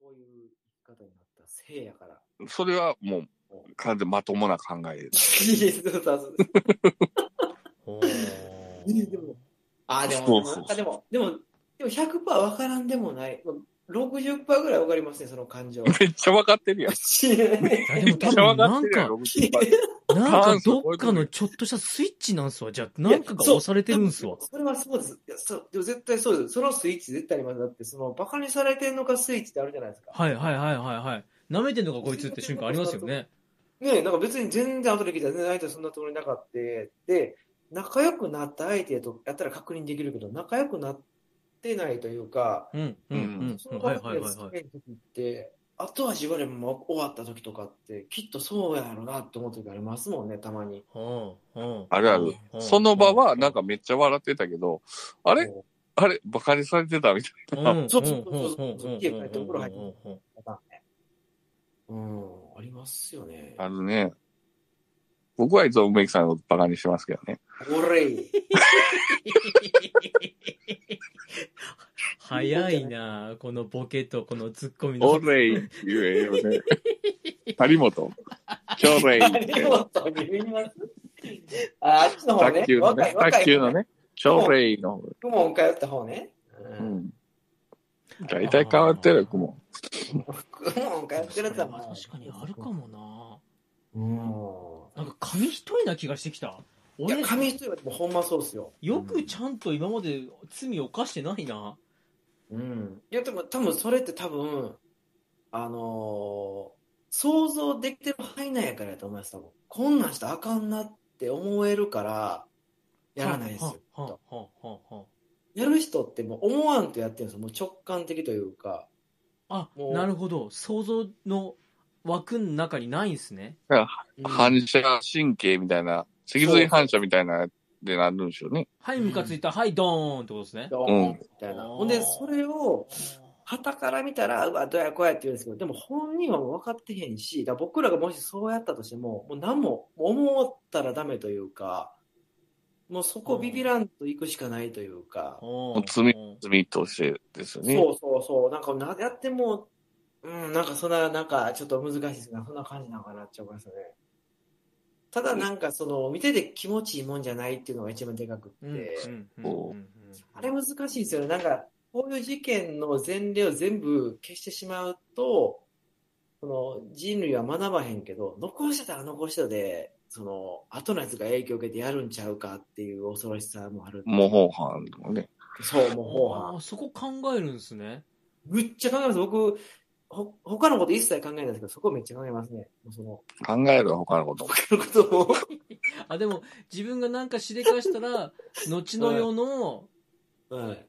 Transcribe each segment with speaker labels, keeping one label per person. Speaker 1: そういう生き方になったせいや から。
Speaker 2: それはもう、完全にまともな考えです。
Speaker 1: いやそうそうそう
Speaker 3: ほ
Speaker 1: いやで
Speaker 3: ー
Speaker 1: もあー、で
Speaker 2: そ
Speaker 1: も、
Speaker 2: うそうそ
Speaker 1: な
Speaker 2: う
Speaker 1: んかでも、でも、でも100%わからんでもない。まあ60%ぐらいわかりますね、その感情。
Speaker 2: めっちゃ分かってるやん。
Speaker 3: いやでも多分なんか、 なんかどっかのちょっとしたスイッチなんすわ。じゃあ、なんかが押されてるんすわ。
Speaker 1: それはそうです。いや、そう、でも絶対そうです。そのスイッチ絶対あります。だって、その、バカにされてんのかスイッチってあるじゃないですか。
Speaker 3: はいはいはいはいはい。舐めてんのかこいつって瞬間ありますよね。
Speaker 1: ねえ、なんか別に全然後で聞いたら、全然相手そんなつもりなかった。で、仲良くなった相手とやったら確認できるけど、仲良くなってないというか、
Speaker 3: うん、うん、うん
Speaker 1: そ
Speaker 3: うん。
Speaker 1: の
Speaker 3: は
Speaker 1: 場
Speaker 3: いはい
Speaker 1: 面
Speaker 3: はい
Speaker 1: 付き
Speaker 3: は
Speaker 1: 合いの時って、後味悪いまま終わった時とかって、きっとそうやろうなって思う時ありますもんね、たまに。
Speaker 3: い。
Speaker 2: あるある。その場は、なんかめっちゃ笑ってたけど、あ
Speaker 1: あ
Speaker 2: れあれバカにされてたみたい
Speaker 3: うん、
Speaker 2: な
Speaker 3: うん、
Speaker 1: そうそう
Speaker 3: うん
Speaker 1: そうそう
Speaker 3: うんうん
Speaker 1: 家帰ってお風呂入って
Speaker 3: うんうんうん
Speaker 1: うん、ありますよね。
Speaker 2: な。あるね。僕はいつも梅木さんのことバカにしてますけ どね。
Speaker 1: おれ い。
Speaker 3: 早いなあこのボケとこのツッコミの。
Speaker 2: オレイって言えよ ね。谷本。キョレイ
Speaker 1: あ
Speaker 2: っ
Speaker 1: り
Speaker 2: て。
Speaker 1: がとう、言います。ああっちの方ね。
Speaker 2: 卓球の
Speaker 1: 若
Speaker 2: ね
Speaker 1: い。若い
Speaker 2: 卓球のね。チョレイの。
Speaker 1: 公文通った方ね。
Speaker 2: う
Speaker 1: うん。
Speaker 2: ん。大体変わってるよ、雲。
Speaker 1: 公文通ってるやつはまあ
Speaker 3: 確かにあるかも
Speaker 1: う
Speaker 3: ななんか紙一重な気がしてきた。
Speaker 1: ん。い
Speaker 3: 俺
Speaker 1: や、、紙一重はもうほんまそうっすよ。
Speaker 3: よくちゃんと今まで罪を犯してないな。
Speaker 1: うん。いや、でも多分それって多分、あのー想像できてる範囲内やからやと思います、多分。こんなんしたらあかんなって思えるから、やらないですよ。
Speaker 3: は
Speaker 1: きっと
Speaker 3: あはあはあは
Speaker 1: やる人ってもう思わんとやってるんですよ。もう直感的というか。
Speaker 3: ああ
Speaker 1: もう
Speaker 3: なるほど。想像の枠の中にないんすね。
Speaker 1: うん
Speaker 2: 反射神経みたいな、脊髄反射みたいな、でなるんでしょうね。
Speaker 3: はい、ムカついた。はい、ドーンってことですね。
Speaker 1: ドーンみたいな。
Speaker 3: うん
Speaker 1: ほんで、それを、旗から見たら、うわ、どうやこうやって言うんですけど、でも本人はもう分かってへんし、だから僕らがもしそうやったとしても、もう何も思ったらダメというか、もうそこビビらんと行くしかないというか、
Speaker 3: も
Speaker 2: 罪罪としてですよね。
Speaker 1: そうそうそう、なんかなやっても、うん、なんかそんな、なんかちょっと難しいですが、そんな感じなのかなって思いますね。ただなんかその、見てて気持ちいいもんじゃないっていうのが一番でかくって、
Speaker 3: うんうんうんうんうん
Speaker 1: あれ難しいですよね。なんか、こういう事件の前例を全部消してしまうと、その人類は学ばへんけど、残してたら残してたで、その、後のやつが影響を受けてやるんちゃうかっていう恐ろしさもある。
Speaker 2: 模倣犯のね。
Speaker 1: そう、もう法
Speaker 3: あ
Speaker 1: 犯
Speaker 3: ー。そこ考えるんですね。
Speaker 1: むっちゃ考えます。僕、ほ、他のこと一切考えないですけど、そこめっちゃ考えますね。もうそ の、
Speaker 2: 考える他のことも。
Speaker 1: 他のことも。
Speaker 3: あ、でも、自分がなんかしでかし たら、後の世の
Speaker 1: はい。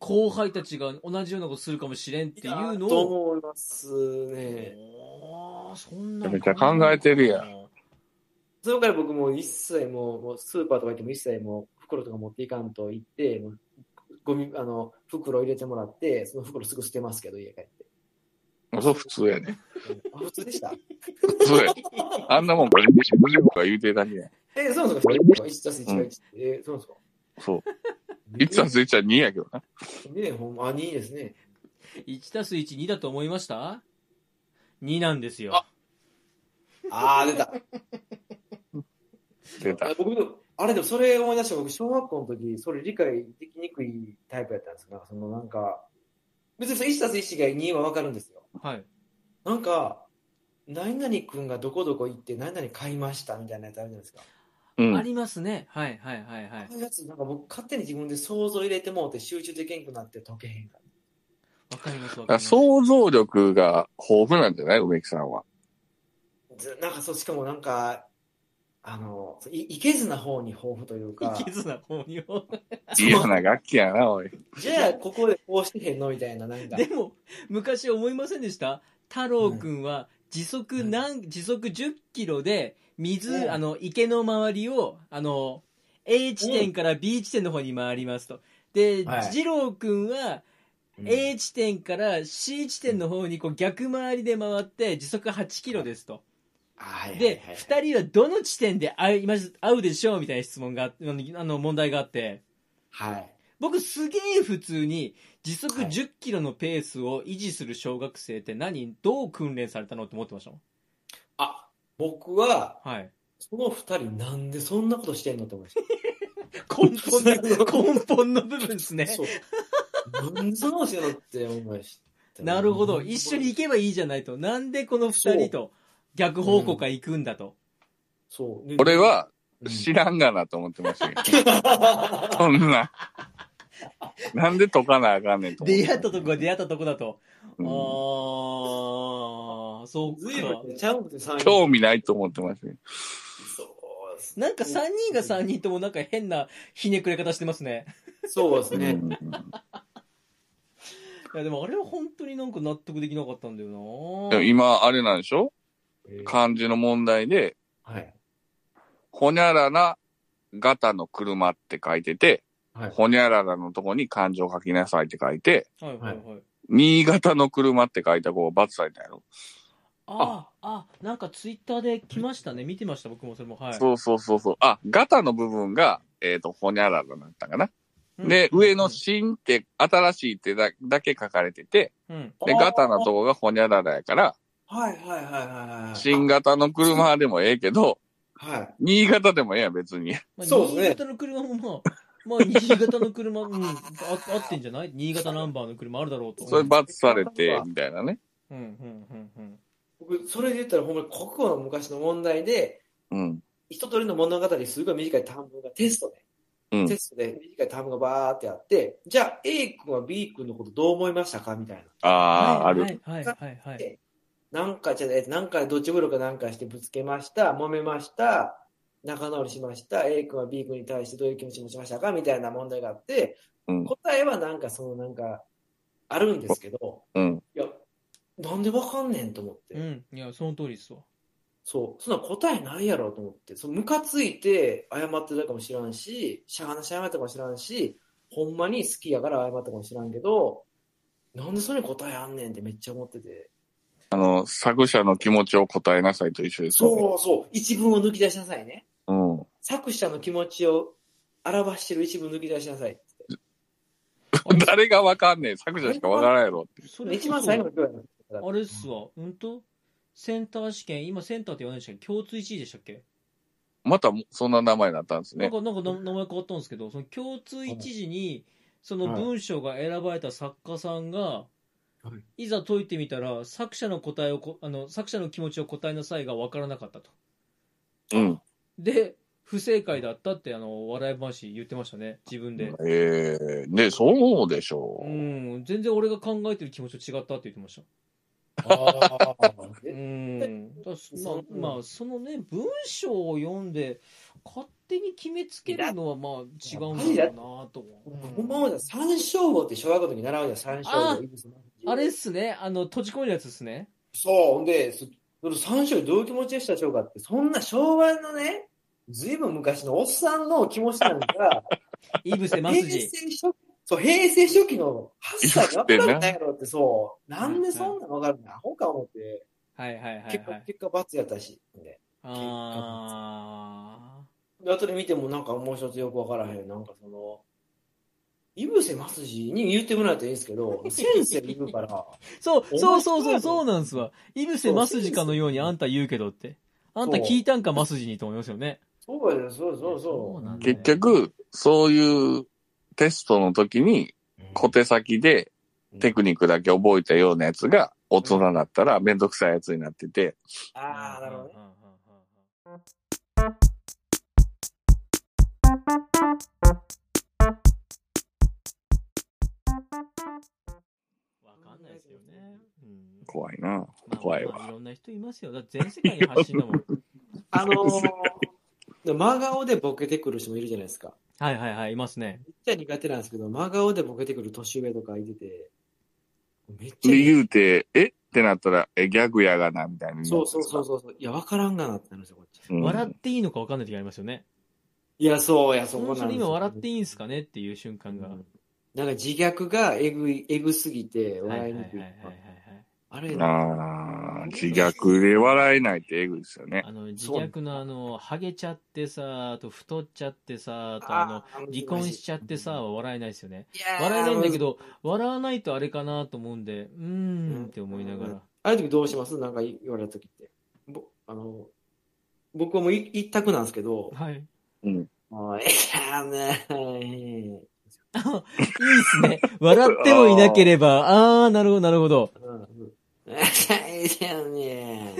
Speaker 3: 後輩たちが同じようなことするかもしれんっていうの
Speaker 1: と
Speaker 3: を、
Speaker 1: 思いますね。
Speaker 3: あーそんな
Speaker 2: めっちゃ考えてるやん
Speaker 3: ん。
Speaker 1: そのから僕もう一切もう、もうスーパーとか行っても一切もう袋とか持っていかんと言って、もうゴミ、あの、袋入れてもらって、その袋すぐ捨てますけど、家帰って。
Speaker 2: そう普通やね。
Speaker 1: うんあ、普通でした。
Speaker 2: 普通や。あんなもん、ゴリゴリゴリゴリ言うてるだけや。
Speaker 1: え、そうなんですか ?1 たす1が1え、そうなんですか
Speaker 2: そう。いつはスイッチは2やけどな。
Speaker 1: ねえ、ほんま、あ、2ですね。
Speaker 3: 1たす1、2だと思いました ?2 なんですよ。
Speaker 1: あー、出た。
Speaker 2: 出た。
Speaker 1: 僕の、あれでもそれ思い出した僕、小学校の時、それ理解できにくいタイプやったんですよ。なんかそのなんか、別にその1たす1が2はわかるんですよ。
Speaker 3: はい。
Speaker 1: なんか、何々くんがどこどこ行って何々買いましたみたいなやつあるじゃないですか。
Speaker 2: う
Speaker 3: あ
Speaker 2: ん。
Speaker 3: りますね。はいはいはいはい
Speaker 1: こ。ういうやつ、なんか僕、勝手に自分で想像入れてもうて集中できんくなって解けへんから。
Speaker 3: わかりますわかり
Speaker 2: だ
Speaker 3: ます。
Speaker 2: 想像力が豊富なんじゃない梅木さんは。
Speaker 1: ずなんかそう、しかもなんか、あの、そういいけずな方に抱負というか
Speaker 3: い、けずな方
Speaker 2: いい
Speaker 3: にも。
Speaker 2: ような楽器やな、おい。
Speaker 1: じゃあここでこうしてへんのみたいな、なんか。
Speaker 3: でも、昔思いませんでした太郎くんは時速何、時速10キロで、水、
Speaker 1: うん
Speaker 3: あの、池の周りを、あの、A 地点から B 地点の方に回りますと。で、
Speaker 1: はい
Speaker 3: 二郎くんは
Speaker 1: うん
Speaker 3: A 地点から C 地点の方にこう逆回りで回って時速8キロですと。
Speaker 1: あはいはい
Speaker 3: で
Speaker 1: はい、
Speaker 3: 二人はどの地点で会いまし会うでしょうみたいな質問が、あの、あの問題があって、
Speaker 1: はい。
Speaker 3: 僕すげえ普通に、時速10キロのペースを維持する小学生って何、どう訓練されたのって思ってましたもん
Speaker 1: あ、僕は、
Speaker 3: はい。
Speaker 1: その二人なんでそんなことしてんのって思いまし
Speaker 3: 根本の、 根本の部分です
Speaker 1: た。
Speaker 3: ね。
Speaker 1: そう。なんでそんなことしてんのって思いました。
Speaker 3: なるほど。一緒に行けばいいじゃないと。なんでこの二人と逆方向から行くんだと。
Speaker 1: そう。で
Speaker 2: 俺、は
Speaker 1: うん
Speaker 2: 知らんがなと思ってましたけど、そんな。なんで解かなあかんねんと思
Speaker 3: 出
Speaker 2: っ。
Speaker 3: 会ってたとこは出会ったとこだと。
Speaker 2: うん
Speaker 3: ああ、そう
Speaker 1: ずいぶ
Speaker 3: か。
Speaker 1: んちゃうんで3人。
Speaker 2: 興味ないと思ってましたけど。
Speaker 1: そうですね
Speaker 3: なんか3人が3人ともなんか変なひねくれ方してますね。
Speaker 1: そうですね。
Speaker 3: いやでもあれは本当になんか納得できなかったんだよ
Speaker 2: うんでも
Speaker 3: な
Speaker 2: 今、あれなんでしょ
Speaker 1: えー
Speaker 2: 漢字の問題で、
Speaker 1: はい。
Speaker 2: ほにゃらら型の車って書いてて、
Speaker 1: はい。
Speaker 2: ほにゃららのとこに漢字を書きなさいって書いて、
Speaker 3: はいはいはい。
Speaker 2: 新潟の車って書いた子を罰されたやろ。
Speaker 3: ああ、あ、なんかツイッターで来ましたね。見てました、僕もそれも。はい。
Speaker 2: そうそうそうそう。あ、ガタの部分が、えっ、と、ほにゃららだったかな。
Speaker 3: うん
Speaker 2: で、上の新って、新しいってだだけ書かれてて、
Speaker 3: うん。
Speaker 2: で、ガタのとこがほにゃららやから、
Speaker 1: はいはいはいはいはい。
Speaker 2: 新型の車でもええけど、
Speaker 1: はい。
Speaker 2: 新潟でもええやん、別に。
Speaker 3: まあ、
Speaker 1: そうです
Speaker 3: 新
Speaker 1: ね
Speaker 3: 潟の車もまあ、まあ、新潟の車、うん、あ合ってんじゃない新潟ナンバーの車あるだろうと。
Speaker 2: それ罰されて、みたいなね。
Speaker 3: うん、うん、うん、うん。
Speaker 1: 僕、それで言ったらほんまに国語の昔の問題で、
Speaker 2: うん。
Speaker 1: 一通りの物語、すごい短い短文がテストで、
Speaker 2: うん
Speaker 1: テストで短い短文がバーってあって、じゃあ A 君は B 君のことどう思いましたかみたいな。
Speaker 2: ああ、
Speaker 3: は
Speaker 2: あ
Speaker 3: い
Speaker 2: る。
Speaker 3: はい、はい、はい。はい
Speaker 1: なんか、じゃあ、えなんか、ドッジボールかなんかしてぶつけました、揉めました、仲直りしました、A 君は B 君に対してどういう気持ち持ちましたかみたいな問題があって、
Speaker 2: うん
Speaker 1: 答えはなんか、そのなんか、あるんですけど、
Speaker 2: うん。
Speaker 1: いや、なんでわかんねんと思って、
Speaker 3: うん。いや、その通りですわ。
Speaker 1: そう、そんな答えないやろと思って、そのムカついて謝ってたかもしらんし、しゃがなし謝ったかもしらんし、ほんまに好きやから謝ったかもしらんけど、なんでそれに答えあんねんってめっちゃ思ってて。
Speaker 2: あの、作者の気持ちを答えなさいと一緒ですよね。
Speaker 1: そうそう、一文を抜き出しなさいね。
Speaker 2: うん。
Speaker 1: 作者の気持ちを表してる一部抜き出しなさい。
Speaker 2: 誰がわかんねえ。作者しかわからんやろって。
Speaker 3: そ
Speaker 1: 一番最後の教養
Speaker 3: あれっすわ。うんとセンター試験、今センターって言わないでしたっけ共通1位でしたっけ、
Speaker 2: またも、そんな名前になったんです
Speaker 3: な
Speaker 2: ね。
Speaker 3: んか、なんかな名前変わったんですけど、その共通1時に、その文章が選ばれた作家さんが、、
Speaker 1: はい
Speaker 3: ざ解いてみたら、作者の答えをこ、あの、作者の気持ちを答えなさいが分からなかったと。
Speaker 2: うん。
Speaker 3: で、不正解だったって、あの、笑い話言ってましたね、自分で。
Speaker 2: ええで、そうでしょ
Speaker 3: う
Speaker 2: う。
Speaker 3: ん、全然俺が考えてる気持ちと違ったって言ってました。
Speaker 1: あ
Speaker 3: う
Speaker 1: ー
Speaker 3: ん、だすまあ
Speaker 1: そ、う
Speaker 3: まあ、そのね、文章を読んで、勝手に決めつけるのは、まあ、違うんだろうなと
Speaker 1: ほんまは
Speaker 3: は。
Speaker 1: 三章語って小学校の時習うじゃん、三章
Speaker 3: あ
Speaker 1: 語。
Speaker 3: あれっすね、あの、閉じ込めるやつっすね。
Speaker 1: そう、ほんで、そその三章どういう気持ちでしたでしょうかって、そんな昭和のね、ずいぶん昔のおっさんの気持ちなん か、
Speaker 3: イブセマ
Speaker 1: 平
Speaker 3: ス
Speaker 1: 成
Speaker 3: ジ。
Speaker 1: 初そう平成初期の8歳に分からないやろって、そう、なんでそんなの分かるのアホか思って、
Speaker 3: はいはいはいは
Speaker 1: 結果、
Speaker 3: い。
Speaker 1: 結果罰やったし。ほんで
Speaker 3: あ
Speaker 1: で、後で見てもなんかもう一つよくわからへん。なんかその、イブセマスジに言ってもらったらいいんですけ ど、先生言うから、
Speaker 3: ーそう、
Speaker 1: お前
Speaker 3: そうそ
Speaker 1: そう
Speaker 3: う
Speaker 1: や
Speaker 3: そう、
Speaker 1: ろ
Speaker 3: そうなんすわ。イブセマスジかのようにあんた言うけどって。あんた聞いたんか、マスジにと思いますよね。
Speaker 1: そうやで、そうそうそ
Speaker 3: そう
Speaker 1: う。
Speaker 3: なんだ
Speaker 2: 結局、そういうテストの時に小手先でテクニックだけ覚えたようなやつが大人だったらめんどくさいやつになってて、
Speaker 1: ああ、なるほどね。
Speaker 3: うんうんうんうんうんわかんないですよね。うん
Speaker 2: 怖いな。
Speaker 3: まあ
Speaker 2: 怖いわ
Speaker 3: まあいろんな人いますよ。だって全世界に発信 だもん。
Speaker 1: あのー、で真顔でボケてくる人もいるじゃないですか。
Speaker 3: はいはいはい、いますね。
Speaker 1: めっちゃ苦手なんですけど、真顔でボケてくる年上とかいてて、めっちゃ
Speaker 2: で、
Speaker 1: 苦
Speaker 2: 言うて、えってなったら、え、ギャグやがな、みたいな。
Speaker 1: 手。そうそうそう
Speaker 2: う。
Speaker 1: そうそう。いや、わからんがなってなるんですよ、こっち。
Speaker 2: ん、
Speaker 3: 笑っていいのかわかんない時ありますよね。
Speaker 1: いや、そうや、そ
Speaker 3: そ
Speaker 1: こなん
Speaker 3: の
Speaker 1: ですよ
Speaker 3: 人今笑っていいんすかねっていう瞬間が。
Speaker 1: う
Speaker 3: はい
Speaker 1: んなんか自虐がえぐい、えぐすぎて
Speaker 3: はいは
Speaker 1: 笑
Speaker 3: い
Speaker 1: い
Speaker 3: は
Speaker 1: に
Speaker 3: いはい
Speaker 1: くいとか。
Speaker 3: はい。
Speaker 1: ああれ、
Speaker 2: ああ、自虐で笑えないってエグいですよね。
Speaker 3: あの、自虐のあの、ハゲちゃってさ、あと太っちゃってさ、あとあの、離婚しちゃってさ、は笑えないですよね。笑えないんだけ
Speaker 1: ど。
Speaker 3: ど、笑わないとあれかなと思うんで、うーんって思いながら。
Speaker 1: ああいう時どうしますなんか言われた時って。ぼあの、僕はもうい一択なんですけど、
Speaker 3: はい。
Speaker 1: もう、えやね
Speaker 3: いいですね。笑ってもいなけ れば、あー、なるほど、なるほど。
Speaker 1: うんえやね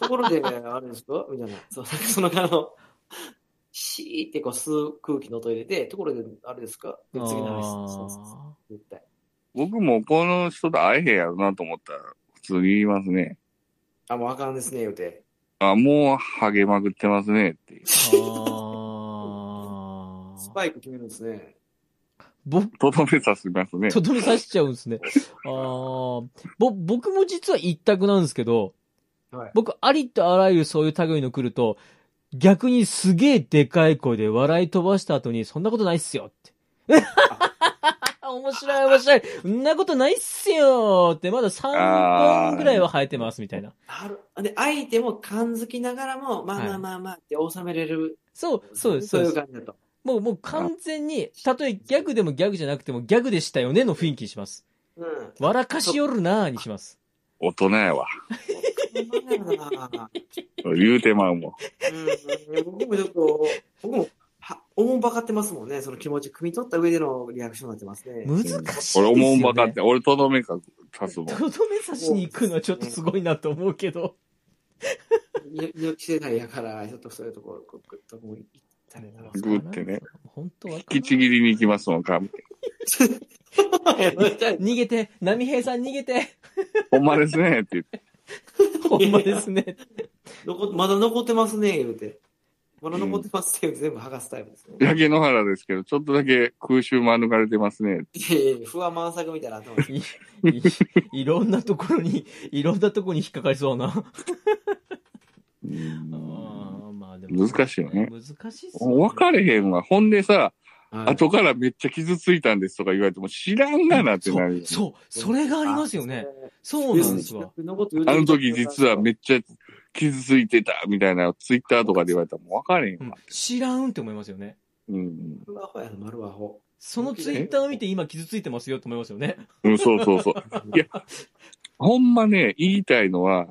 Speaker 1: ところで、あれですかみたいな。そう、なんかその、あの、シーってこう吸う空気の音入れて、ところで、あれですかで次の
Speaker 3: あー
Speaker 1: 話。そうそうそう絶対。
Speaker 2: 僕もこの人と会えへんやろなと思ったら、普通に言いますね。
Speaker 1: あ、もうあかんですね、言うて。
Speaker 2: あ、もう、ハゲまくってますねっていう。
Speaker 3: あ
Speaker 1: ス
Speaker 3: ー。
Speaker 1: パイク決めるんですね。
Speaker 3: ぼ、
Speaker 2: とどめさしま すね。
Speaker 3: とどめさしちゃうんですね。あー。ぼ、僕も実は一択なんですけど、
Speaker 1: はい。
Speaker 3: 僕、ありとあらゆるそういう類の来ると、逆にすげえでかい声で笑い飛ばした後に、そんなことないっすよって。 面白い面白い。そんなことないっすよって、まだ3本ぐらいは生えてますみたいな。
Speaker 1: ある。で、相手も感づきながらも、まあ
Speaker 3: はい
Speaker 1: まあまあまあって収めれる。
Speaker 3: そう、そうです、
Speaker 1: そう
Speaker 3: で
Speaker 1: いう
Speaker 3: す
Speaker 1: 感じだと。
Speaker 3: もう、もう完全に、たとえギャグでもギャグじゃなくてもギャグでしたよねの雰囲気にします。
Speaker 1: うん。
Speaker 3: 笑かしよるなーにします。
Speaker 2: 大人やわ。言うてまうも
Speaker 1: う
Speaker 2: ん。
Speaker 1: ん、僕もちょっと、僕も、は、おもんばかってますもんね。その気持ち、汲み取った上でのリアクションになってますね。
Speaker 3: 難しいですよ、
Speaker 2: 俺
Speaker 3: ね。
Speaker 2: 思うんばかって、俺とどめか刺すもん。
Speaker 3: とどめさしに行くのはちょっとすごいなと思うけど。
Speaker 1: い猪木世代やから、ちょっとそういうところ、こうグッともう行ったりな。
Speaker 2: グーってね。
Speaker 3: 本当はかんない。
Speaker 2: 引きちぎりに行きますもん、か。
Speaker 3: 逃げて、波平さん逃げて。
Speaker 2: ほんまですねって言って。
Speaker 3: ほんまで すね。
Speaker 1: 残っまだ残ってますね、言うて。まだ残ってますって、全部剥がすタイプですね。
Speaker 2: 焼け野原ですけど、ちょっとだけ空襲免れてますね。
Speaker 1: いやいや、不破満作みたいな頭です。
Speaker 3: いいろんなところに、いろんなところに引っかかりそうな。
Speaker 2: うん
Speaker 3: まあで
Speaker 2: 難しいよね
Speaker 3: 難しいっすね
Speaker 2: 分かれへんわ。ほんでさ、
Speaker 1: はい
Speaker 2: 後からめっちゃ傷ついたんですとか言われても知らんがなってなるよね。
Speaker 3: そう、そうそれがありますよね。。そう
Speaker 1: で
Speaker 3: な
Speaker 1: す
Speaker 3: ん
Speaker 1: ね
Speaker 3: ですわ。。
Speaker 2: あの時実はめっちゃ傷ついてたみたいなツイッターとかで言われたらもう分かれへ
Speaker 3: うんん
Speaker 2: わ。
Speaker 3: 知らんって思いますよね。
Speaker 2: うん。
Speaker 1: 丸アホやな、丸アホ。
Speaker 3: そのツイッターを見て今傷ついてますよって思いますよね。
Speaker 2: うん、そうそうそう。いや、ほんまね、言いたいのは、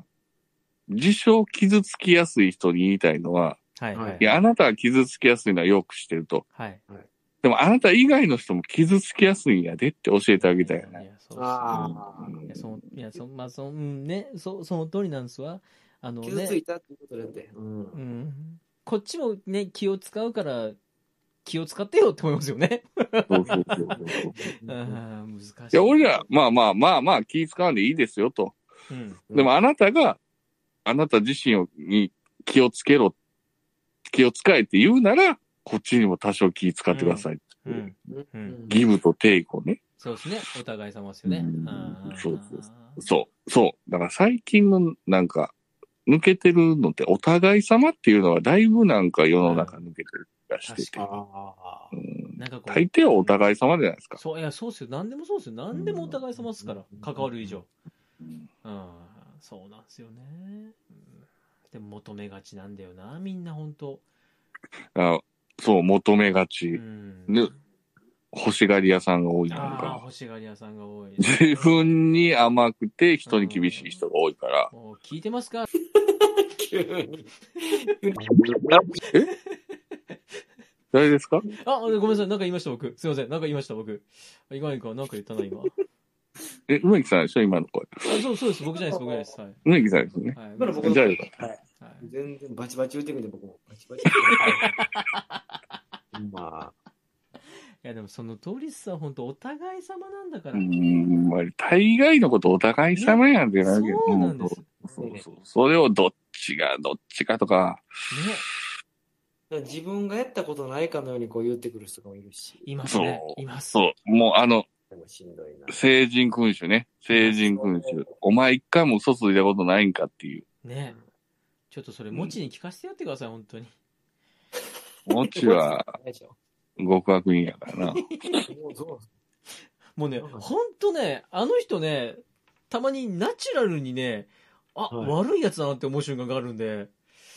Speaker 2: 自称傷つきやすい人に言いたいのは、
Speaker 3: はい。
Speaker 1: はい
Speaker 2: いや、あなたは傷つきやすいのはよくしてると。
Speaker 3: はい。
Speaker 2: でもあなた以外の人も傷つきやすいんやでって教えてあげたいよ
Speaker 3: い
Speaker 2: ね。
Speaker 3: や、そうそう
Speaker 1: ああ
Speaker 2: う。ん
Speaker 3: いや、その、いや、そ、まあ、そ、うん、ね、そ、その通りなんですわ。あの、ね、
Speaker 1: 傷ついたっていうことだって。う。
Speaker 3: うんん。こっちもね、気を使うから、気を使ってよって思いますよね。
Speaker 2: そうそうそうそう。
Speaker 3: ああ、難し
Speaker 2: い
Speaker 3: い。
Speaker 2: や、俺ら、まあまあまあまあ気使わんでいいですよと。
Speaker 3: うん。
Speaker 2: でもあなたが、あなた自身をに気をつけろ、気を使えって言うなら、こっちにも多少気使ってください。
Speaker 3: うん。
Speaker 1: う
Speaker 3: うん
Speaker 1: ん
Speaker 2: ギブとテイクをね。
Speaker 3: そうですね。お互い様ですよね
Speaker 2: うん。
Speaker 3: ああ
Speaker 2: そうそうそう、そう。だから最近のなんか、抜けてるのって、お互い様っていうのはだいぶなんか世の中抜けてる気がしてて
Speaker 1: あ。あ。
Speaker 2: うん
Speaker 3: なんかこう。
Speaker 2: 大抵はお互い様じゃないですか。
Speaker 3: そう、いや、そうですよ。何でもそうですよ。何でもお互い様ですから
Speaker 1: う。ん
Speaker 3: 関わる以上。
Speaker 2: うん
Speaker 3: うん。そうなんですよね。うんでも求めがちなんだよな、みんな本当。
Speaker 2: あそう、求めが
Speaker 3: う
Speaker 2: ち。
Speaker 3: ん。
Speaker 2: ね欲しがり屋さんが多いなん
Speaker 3: ああ、
Speaker 2: か。
Speaker 3: 欲しがり屋さんが多い。
Speaker 2: 自分に甘くて人に厳しい人が多いから。
Speaker 3: もう聞いてますか
Speaker 1: 急に。
Speaker 2: 誰ですか
Speaker 3: あ、ごめんなさい。なんか言いました、僕。すいません。なんか言いました、僕。あいかんいかん。なんか言ったな、今。あ
Speaker 2: え、梅木さんでしょ今の声。
Speaker 3: そう、そうです。僕じゃないです、僕じゃないです。はい。
Speaker 2: 梅木さんですよね。
Speaker 3: はい。
Speaker 1: 今の僕の
Speaker 2: じゃあよかった。
Speaker 3: はい
Speaker 1: 全然バチバチ打ってみて、僕も。バチバチ。ま
Speaker 3: いや、でもその通りっすわ、本当お互い様なんだか
Speaker 2: う
Speaker 3: ら。
Speaker 2: ん、まあ大概のことお互い様やんってなるけど。
Speaker 3: そうなんです。ね。
Speaker 2: そうそう。それをどっちがどっちかとか、
Speaker 1: あ、自分がやったことないかのようにこう言ってくる人もいるし、
Speaker 3: いますね
Speaker 2: そ。う
Speaker 3: います。
Speaker 2: そう、もうあの、
Speaker 1: でもしんどいな。
Speaker 2: 成人君主ね。成人君主。お前一回も嘘ついたことないんかっていう。
Speaker 3: ねちょっとそれ、もちに聞かせてやってください、本当に。
Speaker 2: もちは
Speaker 1: ないでしょ。
Speaker 2: 極悪人やからな。
Speaker 1: もうそう
Speaker 3: もうね、本当ね、あの人ね、たまにナチュラルにね、あ、
Speaker 1: はい
Speaker 3: 悪いやつだなって思う瞬間があるんで、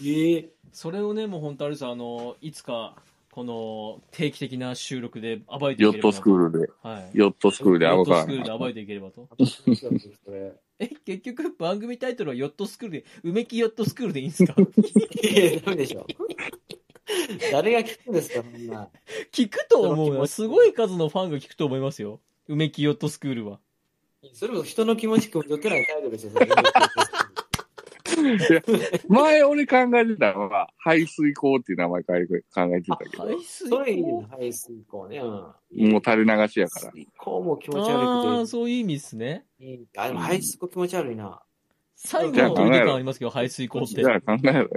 Speaker 1: ええ
Speaker 3: それをね、もう本当あれですよあの、いつか、この定期的な収録で暴いてい
Speaker 2: ヨ
Speaker 3: け
Speaker 2: ッ
Speaker 3: れば
Speaker 2: ト
Speaker 3: な
Speaker 2: ス
Speaker 3: と
Speaker 2: クールで、
Speaker 3: はい。
Speaker 2: ヨットスクールで
Speaker 3: ヨ
Speaker 2: あ
Speaker 3: ッ
Speaker 2: の
Speaker 3: ト
Speaker 2: か
Speaker 3: スクールで暴いていければと。
Speaker 1: それ。
Speaker 3: え、結局、番組タイトルはヨットスクールで、梅木ヨットスクールでいいんで すか
Speaker 1: いやいや、ダメでしょ。誰が聞くんですか、そんな。
Speaker 3: 聞くと思うよ。すごい数のファンが聞くと思いますよ。梅木ヨットスクールは。
Speaker 1: それも人の気持ち汲み取ってないタイトルですよ、それ
Speaker 2: 前俺考えてたのが、排水口っていう名前考えてたけど、
Speaker 3: 排水
Speaker 1: それいい
Speaker 3: 口
Speaker 1: の、排水口ね。うん。
Speaker 2: もう垂れ流しやか
Speaker 1: 排
Speaker 2: ら。
Speaker 1: 水口も気持ち
Speaker 3: ああ、
Speaker 1: 悪く
Speaker 3: そういう意味ですね。
Speaker 1: ていい。あ、でも排水口気持ち悪いな。
Speaker 3: 最後のトイレ感ありますけど、排水口っ
Speaker 2: じ
Speaker 3: て。
Speaker 2: ゃあ考えろよ。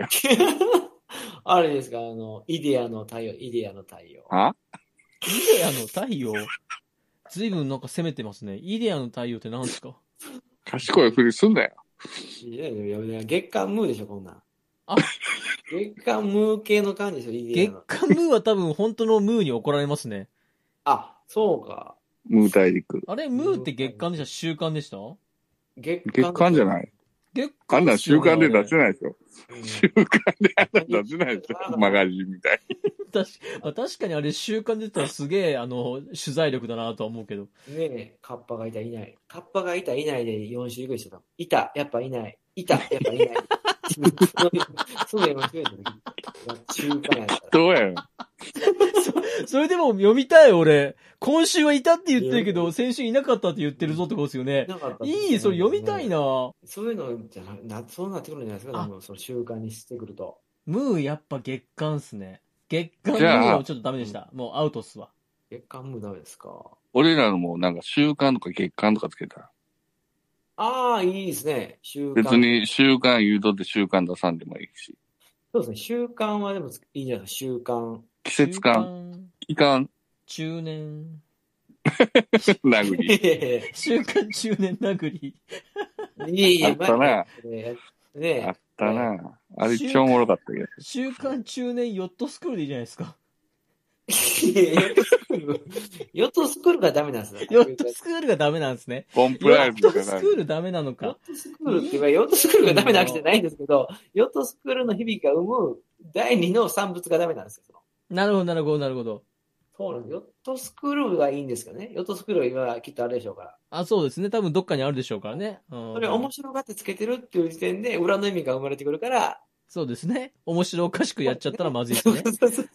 Speaker 1: あれですか、あの、イデアの太陽、イデアの太陽。
Speaker 2: あ
Speaker 3: イデアの太陽。ずいぶんなんか攻めてますね。イデアの太陽って何ですか
Speaker 2: 賢いふりすんなよ。
Speaker 1: いやいやいや、月刊ムーでしょ、こんなん。
Speaker 3: あ
Speaker 1: 月刊ムー系の感じでしょ、イデアの。
Speaker 3: 月刊ムーは多分本当のムーに怒られますね。
Speaker 1: あ、そうか。
Speaker 2: ムー大陸。
Speaker 3: あれ、ムーって月刊でした週刊でした
Speaker 1: 月刊。。
Speaker 2: 月間じゃないい。
Speaker 3: 月
Speaker 2: あ
Speaker 3: 刊
Speaker 2: んなん週刊で出せ
Speaker 3: い。
Speaker 2: ないでしょ。週刊であんなん出せないでしょ。マガジンみたい
Speaker 3: 確かまあ 確かにあれ週刊で出たらすげえ、あの、取材力だなとは思うけど。
Speaker 1: ねえ、カッパがいた、いない。カッパがいた、いないで4種類でしょ、多分いた、やっぱいない。いた、やっぱい ない。そういうの間違えた時。中間やった
Speaker 2: な。どうやん。
Speaker 3: それでも読みたい、俺。今週はいたって言ってるけど、先週いなかったって言ってるぞってことですよね。
Speaker 1: ら。なかった
Speaker 3: いい、それ読みたい。な。
Speaker 1: そういうのじゃな、なそうなってくるんじゃないですか、
Speaker 3: あ
Speaker 1: 多分その習慣にしてくると。
Speaker 3: ムーやっぱ月刊っすね。月刊ム
Speaker 2: じゃあ
Speaker 3: ーはちょっとダメでした。もうアウトっすわ。
Speaker 1: 月刊ムーダメですか。
Speaker 2: 俺らのもなんか週刊とか月刊とかつけたら。
Speaker 1: ああ、いいですね。習慣。
Speaker 2: 別に週刊言うとって週刊出さんでもいいし。
Speaker 1: そうですね。習慣はでもいいんじゃないですか。習 慣。
Speaker 2: 季節感、
Speaker 3: 間。
Speaker 2: 期 間、
Speaker 3: 中年。
Speaker 2: 殴り。
Speaker 3: 週刊中年殴り。
Speaker 1: いやい や、
Speaker 2: あったな
Speaker 1: ねえ
Speaker 2: あったな。あれ一番おもろかったけど。
Speaker 3: 週刊中年ヨットスクールでいいじゃないですか。
Speaker 1: ヨットスクールがダメなんですね。
Speaker 3: ヨットスクールがダメなんですね。
Speaker 2: コンプ
Speaker 3: ヨ
Speaker 2: ライアン
Speaker 3: ッ
Speaker 2: ス
Speaker 3: ト
Speaker 2: と
Speaker 3: ス
Speaker 2: か
Speaker 3: ク
Speaker 2: ない。
Speaker 3: ールダメなの
Speaker 1: ヨッ
Speaker 3: か。
Speaker 1: トスクールって言えば、ヨットスクールがダメなわけじゃないんですけど、ヨットスクールの響きが生む第二の産物がダメなんですよ。
Speaker 3: なるほど、なるほど、なるほど。
Speaker 1: そうなんです。ヨットスクールがいいんですけどね。ヨットスクールは今きっとあれでしょうから。
Speaker 3: あ、そうですね。多分どっかにあるでしょうからね。うん
Speaker 1: それ面白がってつけてるっていう時点で裏の意味が生まれてくるから、
Speaker 3: そうですね。面白おかしくやっちゃったらまずいです
Speaker 1: そう
Speaker 3: ね。
Speaker 1: そうそう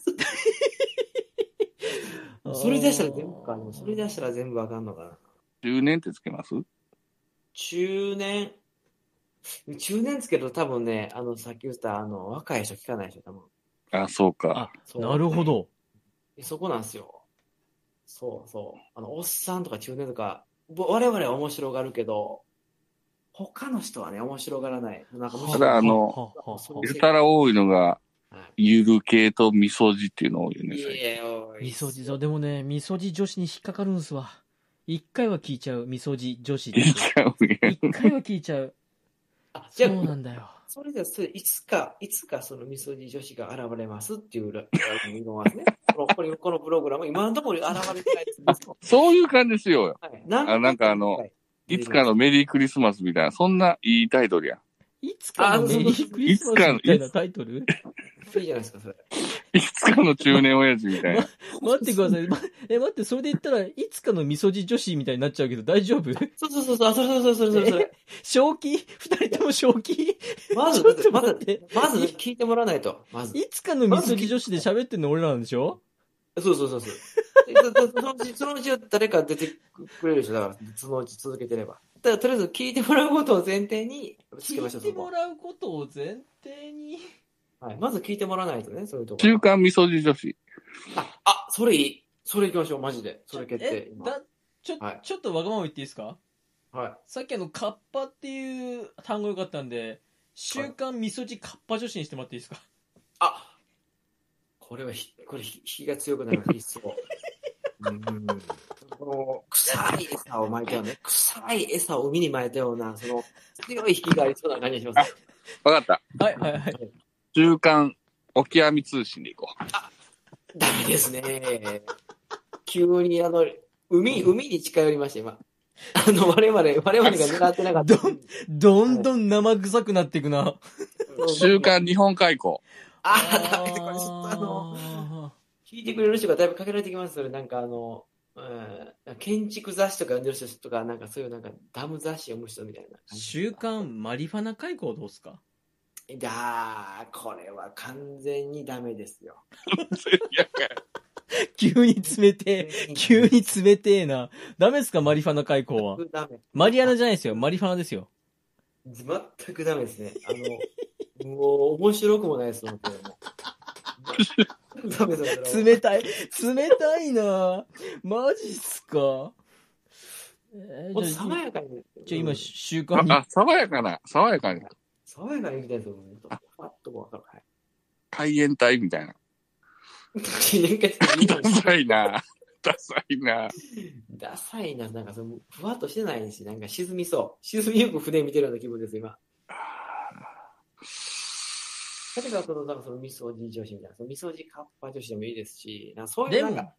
Speaker 1: それ出したら全部か、でもそれ出したら全部わかんのかな。
Speaker 2: 10年ってつけます
Speaker 1: 中年。中年ですけど、多分ね、あの、さっき言った、あの、若い人聞かないでしょ、多分。
Speaker 2: あ、そうか。
Speaker 3: あ、
Speaker 1: そう
Speaker 3: なるほど。
Speaker 1: そこなんですよ。そうそう。あの、おっさんとか中年とか、ぼ我々は面白がるけど、他の人はね、面白がらない。なんかむしろ
Speaker 2: ただあの
Speaker 3: はははは
Speaker 2: やたら多いのが、
Speaker 1: はい
Speaker 2: ゆる系とみそじっていうの多いよね。
Speaker 1: い
Speaker 2: 最
Speaker 1: や
Speaker 2: 近
Speaker 1: いや、おい
Speaker 3: みそじ、そう、でもね、みそじ女子に引っかかるんすわ。一回は聞いちゃう、みそじ女子って。
Speaker 2: いちゃうね。
Speaker 3: 一回は聞いちゃう。
Speaker 1: あ、じ
Speaker 3: そ
Speaker 1: ゃ
Speaker 3: うな
Speaker 1: あ、
Speaker 3: んだよ。
Speaker 1: それじゃ、それ、いつか、いつかそのみそじ女子が現れますっていうラ、ライブがありますね。この、これこのプログラム、今のところ現れてないです。
Speaker 2: そういう感じしようよ。
Speaker 1: はい。
Speaker 2: あなんかあのいつかのメリークリスマスみたいな、そんないいタイトルやん。
Speaker 3: いつかのメリークリスマスみたいなタイトル
Speaker 1: いいじゃないですか、それ。
Speaker 2: いつかの中年親父み たいな。
Speaker 3: 待ってください。まえ、待 って、それで言ったら、いつかのみそじ女子みたいになっちゃうけど大丈 夫
Speaker 1: そうそうそうそう、あそれそれそれそれそれ。
Speaker 3: 正気二人とも正気
Speaker 1: まず
Speaker 3: ちょっと、
Speaker 1: ま
Speaker 3: 待っ
Speaker 1: ず
Speaker 3: て、
Speaker 1: まず聞いてもらわないと。まず。
Speaker 3: いつかのみそじ女子で喋ってんの俺らなんでしょ
Speaker 1: そうそうそうそう。でそそそのうち、そのうち誰か出てくれるでしょ、だから、そのうち続けてれば。だから、とりあえず聞いてもらうことを前提に、つけまし
Speaker 3: 聞
Speaker 1: ょ、
Speaker 3: い
Speaker 1: そ
Speaker 3: うても
Speaker 1: こ。
Speaker 3: らうことを前提に。
Speaker 1: はい。まず聞いてもらわないとね、そういうところ
Speaker 2: 中。間みそじ女子。
Speaker 1: あ、あ、それいい。それ行きましょう、マジで。それ決定
Speaker 3: え。、
Speaker 1: 今
Speaker 3: だ、ちょ
Speaker 1: はい、
Speaker 3: ちょっとわがまま言っていいですか
Speaker 1: はい。
Speaker 3: さっきあの、カッパっていう単語よかったんで、週刊みそじカッパ女子にしてもらっていいですか
Speaker 1: あ、これはひ、これ、ひ引きが強くなる必要。うんこの臭い餌を巻いたようなね、臭い餌を海に巻いたような、その強い引きがありそうな感じがします。
Speaker 2: わかった。
Speaker 3: はい、はい、はい。
Speaker 2: 中間、オキアミ通信でいこう。
Speaker 1: ダメですね。急にあの、海、海に近寄りました、今。あの、我々、我々が狙ってなかった。
Speaker 3: どんどん生臭くなっていく な。
Speaker 2: 週刊日本開 港。
Speaker 1: あー、ダメだ、これちょっとあの、聞いてくれる人がだいぶ限られてきますそれなんかあの、うん、建築雑誌とか読んでる人とか、なんかそういうなんかダム雑誌読む人みたいな感じ。
Speaker 3: 週刊マリファナ開口どうすか
Speaker 1: だー、これは完全にダメですよ。
Speaker 2: やか
Speaker 3: 急に冷て え、急に冷てえな。ダメですかマリファナ 開口は。
Speaker 1: ダメ。
Speaker 3: マリアナじゃないですよ。マリファナですよ。
Speaker 1: 全くダメですね。あの、もう面白くもないです、本当 にもう。ダメだから。
Speaker 3: 冷た い、冷たいなマジっすかえ
Speaker 1: も
Speaker 3: ー
Speaker 1: っと
Speaker 3: じゃ
Speaker 1: 爽
Speaker 3: あ
Speaker 1: やかに。
Speaker 3: じゃあ
Speaker 1: う
Speaker 3: 今、
Speaker 1: ん
Speaker 3: 週刊
Speaker 2: あ、爽やかな、爽やかな。
Speaker 1: 爽やかに行きたいですよ、もっと。パッとこうわかる。はい。
Speaker 2: 海援隊みたいな。
Speaker 1: なんか
Speaker 2: ダサいな。ダサいな。
Speaker 1: ダサいな、なんかその、ふわっとしてないし、なんか沈みそう。沈みゆく船見てるような気分です、今。例えば、その、なんかその、みそじ女子みたいな、そのみそじカッパ女子でもいいですし、なんかそうい
Speaker 3: レ
Speaker 1: うなん
Speaker 3: モン
Speaker 1: か、。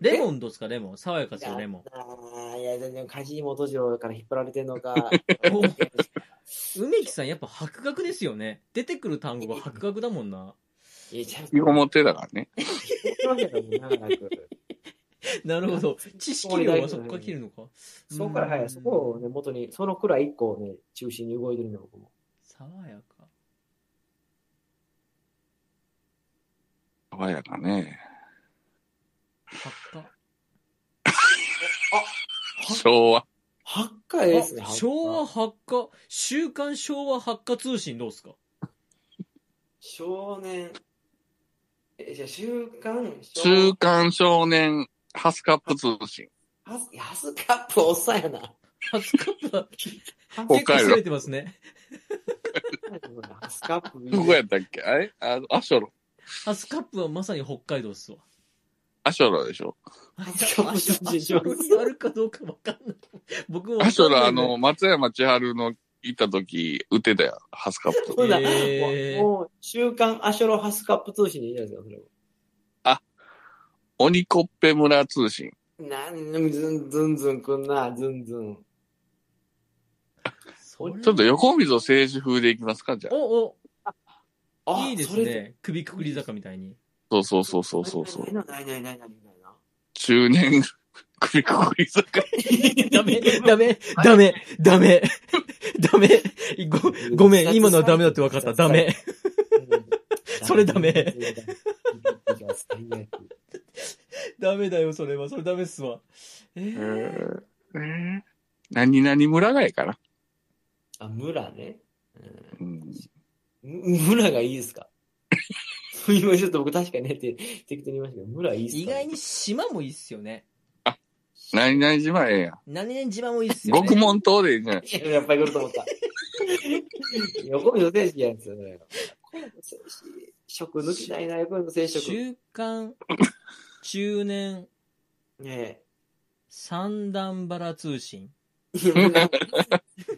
Speaker 3: レモ
Speaker 1: ン
Speaker 3: ンどうすかレモン。爽やかですよ、レモン。
Speaker 1: ああ、いや、全然、梶本次郎から引っ張られてんのか。
Speaker 3: お梅木さんやっぱ白学ですよね。出てくる単語が白学だも んな。
Speaker 1: いや、ちゃんと
Speaker 2: 引きこもってたからね。
Speaker 1: 引きこもってますけど 長らく
Speaker 3: なるほど。知識量はそこから切るのか。
Speaker 1: そこから、はい、そこをね、元に、そのくらい一個をね、中心に動いてるの、僕も。
Speaker 3: 爽やか。
Speaker 2: 爽やかね。
Speaker 3: 白化。
Speaker 2: 昭和。
Speaker 1: 八回ですね、
Speaker 3: あ
Speaker 1: 八回
Speaker 3: 昭和発火、週刊昭和発火通信どう すか
Speaker 1: 少年。え、じゃあ、週刊少
Speaker 2: 週刊少年ハスカップ通信。
Speaker 1: ハス、ハスカップおっさんやな。
Speaker 3: 初カップは
Speaker 2: 北
Speaker 3: 結構
Speaker 2: 海
Speaker 3: 擦
Speaker 2: 道
Speaker 3: れ。てますね。
Speaker 1: ハスカップいいね
Speaker 2: どこやったっけあれあの、アショロ。
Speaker 3: 初カップはまさに北海道っすわ。
Speaker 2: アショロでしょ。
Speaker 1: 初カップ通信し
Speaker 3: あ
Speaker 1: ま
Speaker 3: そこ
Speaker 1: す
Speaker 3: にあるかどうかわかんない。僕もわ
Speaker 2: アシ
Speaker 3: か
Speaker 2: ョ
Speaker 3: んな
Speaker 2: ロ、
Speaker 3: い
Speaker 2: あの、松山千春の行った時、売ってたよ。ハスカップ。
Speaker 1: そうだ、
Speaker 3: えー
Speaker 1: もう、もう週刊アショロハスカップ通信でいいじゃないですか、それも。
Speaker 2: 鬼コッペ村通信。
Speaker 1: なん、ずんずんずんくんな、ずんずん。
Speaker 3: それ
Speaker 2: ちょっと横溝政治風でいきますかじゃあ。
Speaker 3: お、お、
Speaker 1: あ
Speaker 3: いいです。ね。首くくり坂みたいに。
Speaker 2: そうそうそうそ
Speaker 1: そう
Speaker 2: そうそう。
Speaker 1: ないないないないないないな。
Speaker 2: 中年、 首くくり坂。
Speaker 3: ダメ、ダメ、ダメ、ダメ、ダメ。ご、ごめん、今のはダメだって分かった。ダメ。それダメ
Speaker 1: 最悪
Speaker 3: ダメだよ、それは。それダメっすわ。え
Speaker 2: え
Speaker 3: ー、
Speaker 2: ーえー何々村がやかな。
Speaker 1: あ、村ね。うん
Speaker 2: うん
Speaker 1: む村がいいですかそう今ちょっと僕確かにねって適当に言いましたけど、村いいっすか、
Speaker 3: 意外に島もいいっすよね。
Speaker 2: 何々島ええやん。
Speaker 3: 何々島もいいっすよね。
Speaker 2: 獄門島でいいじゃない。
Speaker 1: いややっぱり来ると思った。横溝選手やんすよ、それ。横溝選手、食抜きたいな、横溝選手。
Speaker 3: 中間、 中年、
Speaker 1: ね
Speaker 3: 三段バラ通信。
Speaker 1: え。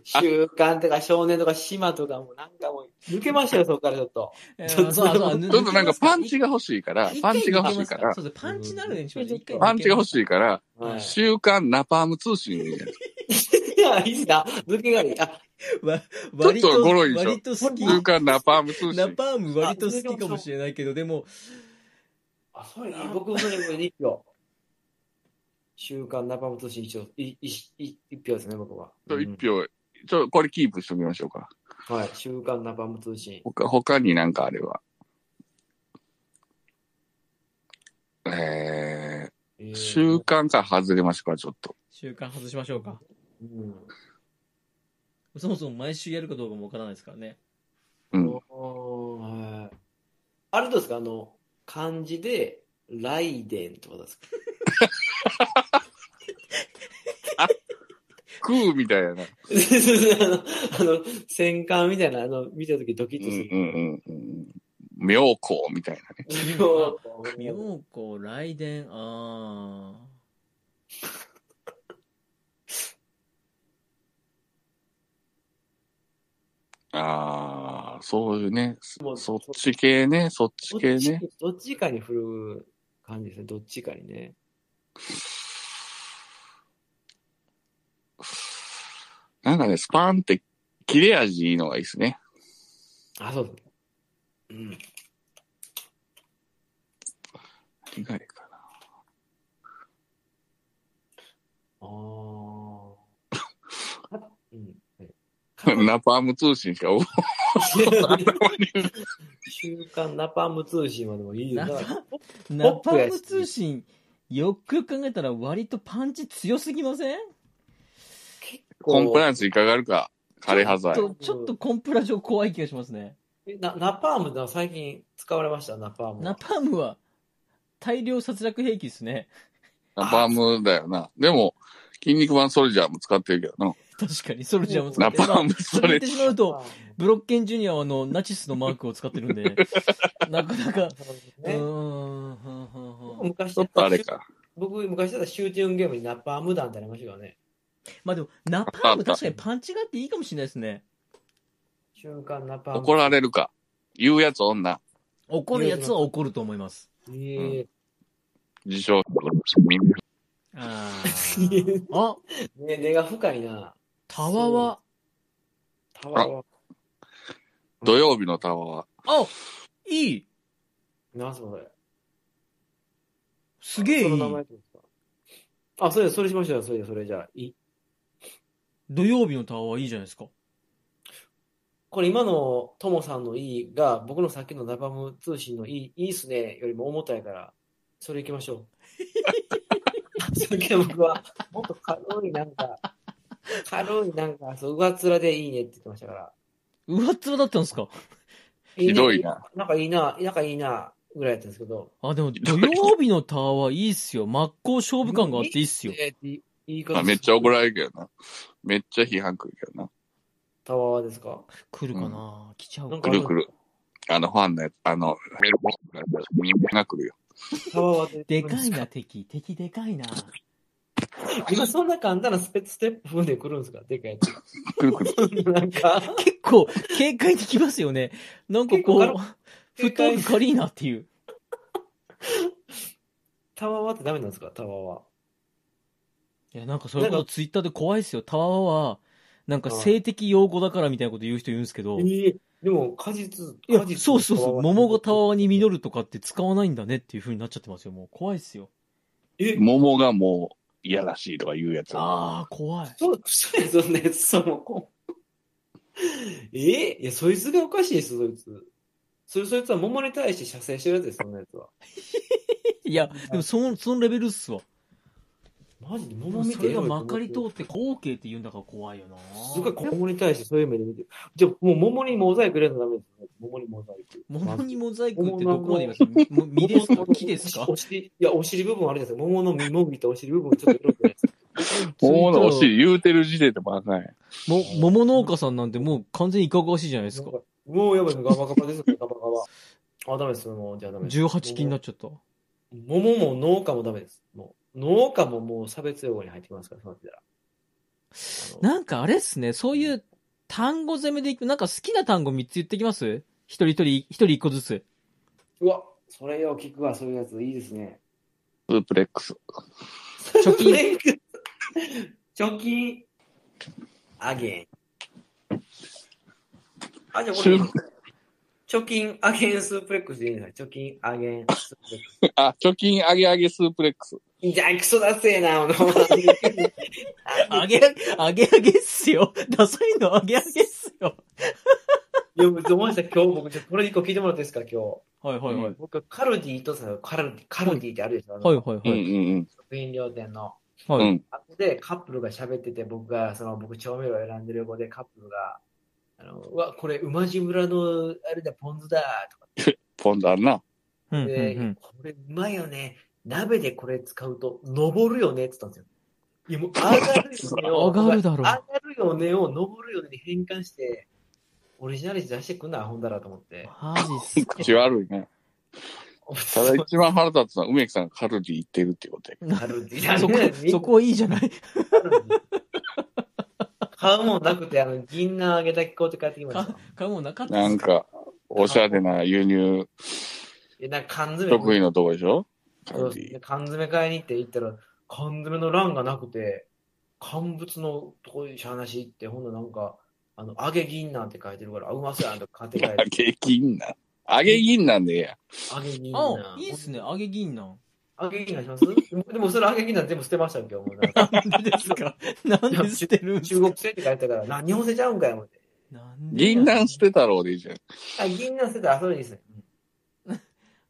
Speaker 1: 習慣とか少年とか島とかもうなんかもう抜けましたよ、そこからちょっと。
Speaker 3: えー
Speaker 1: ちょっと
Speaker 3: そうそう
Speaker 2: ちょっとなんかパンチが欲しいから、パンチが欲しいから、
Speaker 3: そうそう、パンチのあるね、ちょっと一回
Speaker 2: パンチが欲しいから、
Speaker 1: はい。
Speaker 2: 週刊ナパーム通信でいいじゃない。
Speaker 1: いや、いいっすな。抜けがいい。あ、
Speaker 3: わ
Speaker 2: ちょっとゴロいでしょ
Speaker 3: 割と好き。
Speaker 2: 週刊ナパーム通
Speaker 3: ナ
Speaker 2: 信。
Speaker 3: パーム割と好きかもしれないけど、でも、
Speaker 1: あそれいい、僕もそれ僕2票。週刊ナパム通信一票、いいい一票ですね、僕は。
Speaker 2: ちょ一票、ちょ、これキープしておきましょうか。
Speaker 1: はい、週刊ナパム通信。
Speaker 2: 他、他になんかあれば。え
Speaker 1: えー
Speaker 2: ー、週刊から外れましょうか、ちょっと。
Speaker 3: 習慣外しましょうか。
Speaker 1: うん。
Speaker 3: そもそも毎週やるかどうかもわからないですからね。
Speaker 2: うん。
Speaker 1: おーはいあれどうですかあの、漢字で、雷電ってことですか
Speaker 2: 食うみた いな。
Speaker 1: あの、あの戦艦みたいな、あの、見たときドキッ
Speaker 2: う
Speaker 1: とす
Speaker 2: ん
Speaker 1: る。
Speaker 2: うんうんうん。妙高みたいなね。
Speaker 1: もう
Speaker 3: 妙高、雷電、あー。
Speaker 2: ああ、そういうね。
Speaker 1: もう
Speaker 2: そっち系ね、そっち系ね。。
Speaker 1: どっちかに振る感じですね、どっちかにね。
Speaker 2: なんかね、スパーンって切れ味いいのがいいですね。
Speaker 1: あ、そうだね。うん。
Speaker 2: 以外かな。
Speaker 1: ああ。かうん。 はい
Speaker 2: ナパーム通信しか覚
Speaker 1: 週刊ナパーム通信はでもいいよな。
Speaker 3: ナパーム通信、よくよく考えたら割とパンチ強すぎません
Speaker 2: コンプライア
Speaker 1: ン
Speaker 2: ンスいかがあるか、枯葉
Speaker 3: ち
Speaker 2: 剤。
Speaker 3: ょっとちょっとコンプラ上怖い気がしますね。
Speaker 1: なナパームってのは最近使われました、ナパームは。
Speaker 3: ナパームは大量殺戮兵器ですね。
Speaker 2: ナパームだよな。でも、筋肉マンソルジャーも使ってるけどな。
Speaker 3: 確かに、ソルジャーも使
Speaker 2: ナ
Speaker 3: って
Speaker 2: パーム
Speaker 3: そ
Speaker 2: ストレ
Speaker 3: れ言
Speaker 2: ッ
Speaker 3: って
Speaker 2: チ。
Speaker 3: しまうと、
Speaker 1: あ
Speaker 3: ブロッケンジュニアはあのナチスのマークを使ってるんで、 なかなか、
Speaker 1: ー
Speaker 3: うーん、
Speaker 1: ね、
Speaker 3: ふんふんふん
Speaker 1: 僕昔
Speaker 2: ちょっとあれか。
Speaker 1: 僕、昔だったらシューティングゲームにナパーム弾ってありましたよね。
Speaker 3: まあでも、ナパーム確かにパンチがあっていいかもしれないですね。
Speaker 1: 瞬間ナパーム。
Speaker 2: 怒られるか。言うやつ女。
Speaker 3: 怒るやつは怒ると思います。
Speaker 1: え
Speaker 2: 自称。
Speaker 3: あ
Speaker 1: ー
Speaker 3: ーあ、
Speaker 1: えね、根が深いな。
Speaker 3: タワワ。
Speaker 1: タワーは。
Speaker 2: 土曜日のタワーは。
Speaker 3: あ、いい。
Speaker 1: な、それ。
Speaker 3: すげえい
Speaker 1: その名
Speaker 3: い
Speaker 1: 前。ですか。あ、それ、それしましょうよそれ、それじゃあ。い
Speaker 3: 土曜日のタワーはいいじゃないですか。
Speaker 1: これ今のトモさんの E が僕のさっきのナパム通信の E、いいっすねよりも重たいから、それ行きましょ う。それから僕は、もっと軽いなんか、軽いなんか、そう、上っ面でいいねって言ってましたから。
Speaker 3: 上っ面だったんですか
Speaker 2: ひどい
Speaker 1: な。
Speaker 2: な。
Speaker 1: なんかいいな、なんかいいな、ぐらいやったんですけど。
Speaker 3: あ、でも土曜日のタワーいいっすよ。真っ向勝負感があっていいっすよ。
Speaker 1: えーいいいい感
Speaker 2: まあ
Speaker 1: じ。
Speaker 2: めっちゃ怒られるけどな。めっちゃ批判くるけどな。
Speaker 1: タワーですか
Speaker 3: 来るかな来ちゃう
Speaker 1: なん
Speaker 3: か
Speaker 1: か
Speaker 2: くるくる。あの、ファンのやつ、あの、メールボックスから人間が来るよ。
Speaker 1: タワーは出て
Speaker 3: で
Speaker 1: くるん
Speaker 3: か
Speaker 1: す
Speaker 3: いな、敵。敵でかいな。
Speaker 1: 今そんな簡単なスペステップ踏んでくるんですかでかいや
Speaker 2: くるくる。
Speaker 1: つ。なんか、
Speaker 3: 結構、警戒できますよね。 なんかこ
Speaker 1: 結
Speaker 3: う
Speaker 1: 構、
Speaker 3: フットワーク軽いなっていう。
Speaker 1: タワーはってダメなんですかタワーは。
Speaker 3: いや、なんかそういうこ
Speaker 1: な
Speaker 3: と
Speaker 1: ん
Speaker 3: ツイッターで怖いっすよ。タワーは、なんか性的用語だからみたいなこと言う人いるんですけど。い
Speaker 1: ええでも果実、
Speaker 3: や
Speaker 1: 果、実
Speaker 3: そうそうそ
Speaker 1: の
Speaker 3: う。
Speaker 1: 皮は
Speaker 3: 桃がタワーに実るとかって使わないんだねっていう風になっちゃってますよ。もう怖いっすよ。
Speaker 1: え、
Speaker 2: 桃がもう、いやらしいとか言うやつ。
Speaker 3: あー、怖い。
Speaker 1: そう、そうや、そんなやつ、その子。えいや、そいつがおかしいです、そいつ。それ、そいつは桃に対して射精してるやつです、そんなやつは。
Speaker 3: いや、でもその、そのレベルっすわ。
Speaker 1: マジで
Speaker 3: も
Speaker 1: 桃
Speaker 3: う
Speaker 1: 見て
Speaker 3: そ
Speaker 1: エ
Speaker 3: れが
Speaker 1: ロいと
Speaker 3: ま
Speaker 1: 思って
Speaker 3: かり通って、後継って言うんだから怖いよな。
Speaker 1: すごい、桃に対してそういう目で見てる。じゃあ、もう桃にモザイク入れるのダメですね。桃にモザイク。
Speaker 3: 桃にモザイクってどこまで言いますも実ですか木ですか
Speaker 1: お尻、いや、お尻部分あれですよ。桃の実もぎとお尻部分ちょっと色くないですか。
Speaker 2: 桃のお尻言うてる時点でバカやん。
Speaker 3: も、桃農家さんなんてもう完全にいかがわしいじゃないですか。
Speaker 1: もうやばいですガバガバですね、ガバガバ。あ、ダメです、もう、じゃあダメです。
Speaker 3: 18金になっちゃった。
Speaker 1: 桃も農家もダメです。もう農家ももう差別用語に入ってきますから、そうなってたら。あの
Speaker 3: なんかあれっすね、そういう単語攻めでいく、なんか好きな単語3つ言ってきます一人一人、一人一個ずつ。
Speaker 1: うわ、それよ、聞くわ、そういうやつ、いいですね。
Speaker 2: スープレックス。
Speaker 3: 貯金、
Speaker 1: 貯金、あげん。あ、じゃあこ
Speaker 2: シ
Speaker 1: れ
Speaker 2: ュー、
Speaker 1: 貯金、あげん、スープレックスでいいんじゃない貯金、あげん、スープレックス。
Speaker 2: あ、貯金上げ上げスープレックス。
Speaker 1: いや、クソだせえ な、おの。
Speaker 3: あげあげ、あげあげっすよ。ダサいのあげあげっすよ。
Speaker 1: いや、もうどうした今日僕、ちょっとこれ一個聞いてもらっていいですか、今日。
Speaker 3: はいはいはい。
Speaker 1: 僕、カルディとさ、カルディ、カルディってあるでしょ、あの
Speaker 3: はいはい
Speaker 2: うん
Speaker 3: は
Speaker 2: うん
Speaker 3: い。
Speaker 2: うん。
Speaker 1: 食品料店の。
Speaker 2: う
Speaker 3: はい。
Speaker 2: ん。
Speaker 1: あそこでカップルが喋ってて、僕が、その、僕、調味料を選んでる横でカップルが、あの、うわ、これ、馬路村の、あれだ、ポン酢だ、とか
Speaker 2: ポンドあるな。
Speaker 3: うんう
Speaker 1: 言
Speaker 3: んう
Speaker 1: って、
Speaker 3: ん。
Speaker 1: これ、うまいよね。鍋でこれ使うと、登るよね、って言ったんですよ。いや、もう、上が るよねを、
Speaker 3: 上がるだろう
Speaker 1: 上がるよねを、登るよねに変換して、オリジナリティ出してくんな、ほんだらと思って。
Speaker 3: マ ジっすか。
Speaker 2: 口悪いね。ただ一番腹立つのは梅木さんがカルディ行ってるってことや。
Speaker 1: カルディだね
Speaker 3: そこ、そこはいいじゃない。
Speaker 1: 買うもんなくて、あの、銀杏あげた気候って帰ってきました。
Speaker 3: 買うもんなかった
Speaker 2: な
Speaker 3: っす
Speaker 2: ん
Speaker 3: か
Speaker 2: か、おしゃれな輸入
Speaker 1: え、なんか缶詰。
Speaker 2: 得意のとこでしょカ
Speaker 1: そう
Speaker 2: ル
Speaker 1: です
Speaker 2: デ
Speaker 1: ね缶詰買いに行って行ったら、缶詰の欄がなくて、乾物のとこに話行って、ほんのなんか、あの、揚げ銀なんて書いてるから、あうまそうやんとか買 って帰
Speaker 2: 揚
Speaker 1: る。
Speaker 2: げ銀なん。揚げ銀なんでええやん。
Speaker 1: 揚げ銀な
Speaker 3: あ、いいっすね、揚げ銀なん。
Speaker 1: 揚げ銀なんしますでもそれ揚げ銀なん全部捨てましたんけど、もうなんか
Speaker 3: なんでですかなんで捨てるんす
Speaker 1: 中
Speaker 3: か
Speaker 1: 国製って書いてたから、な、日本製ちゃうんかよ、思って。
Speaker 3: なんで
Speaker 2: 銀杏捨てたろうでいいじゃん。
Speaker 1: あ、銀なん捨てたら、それいいですね。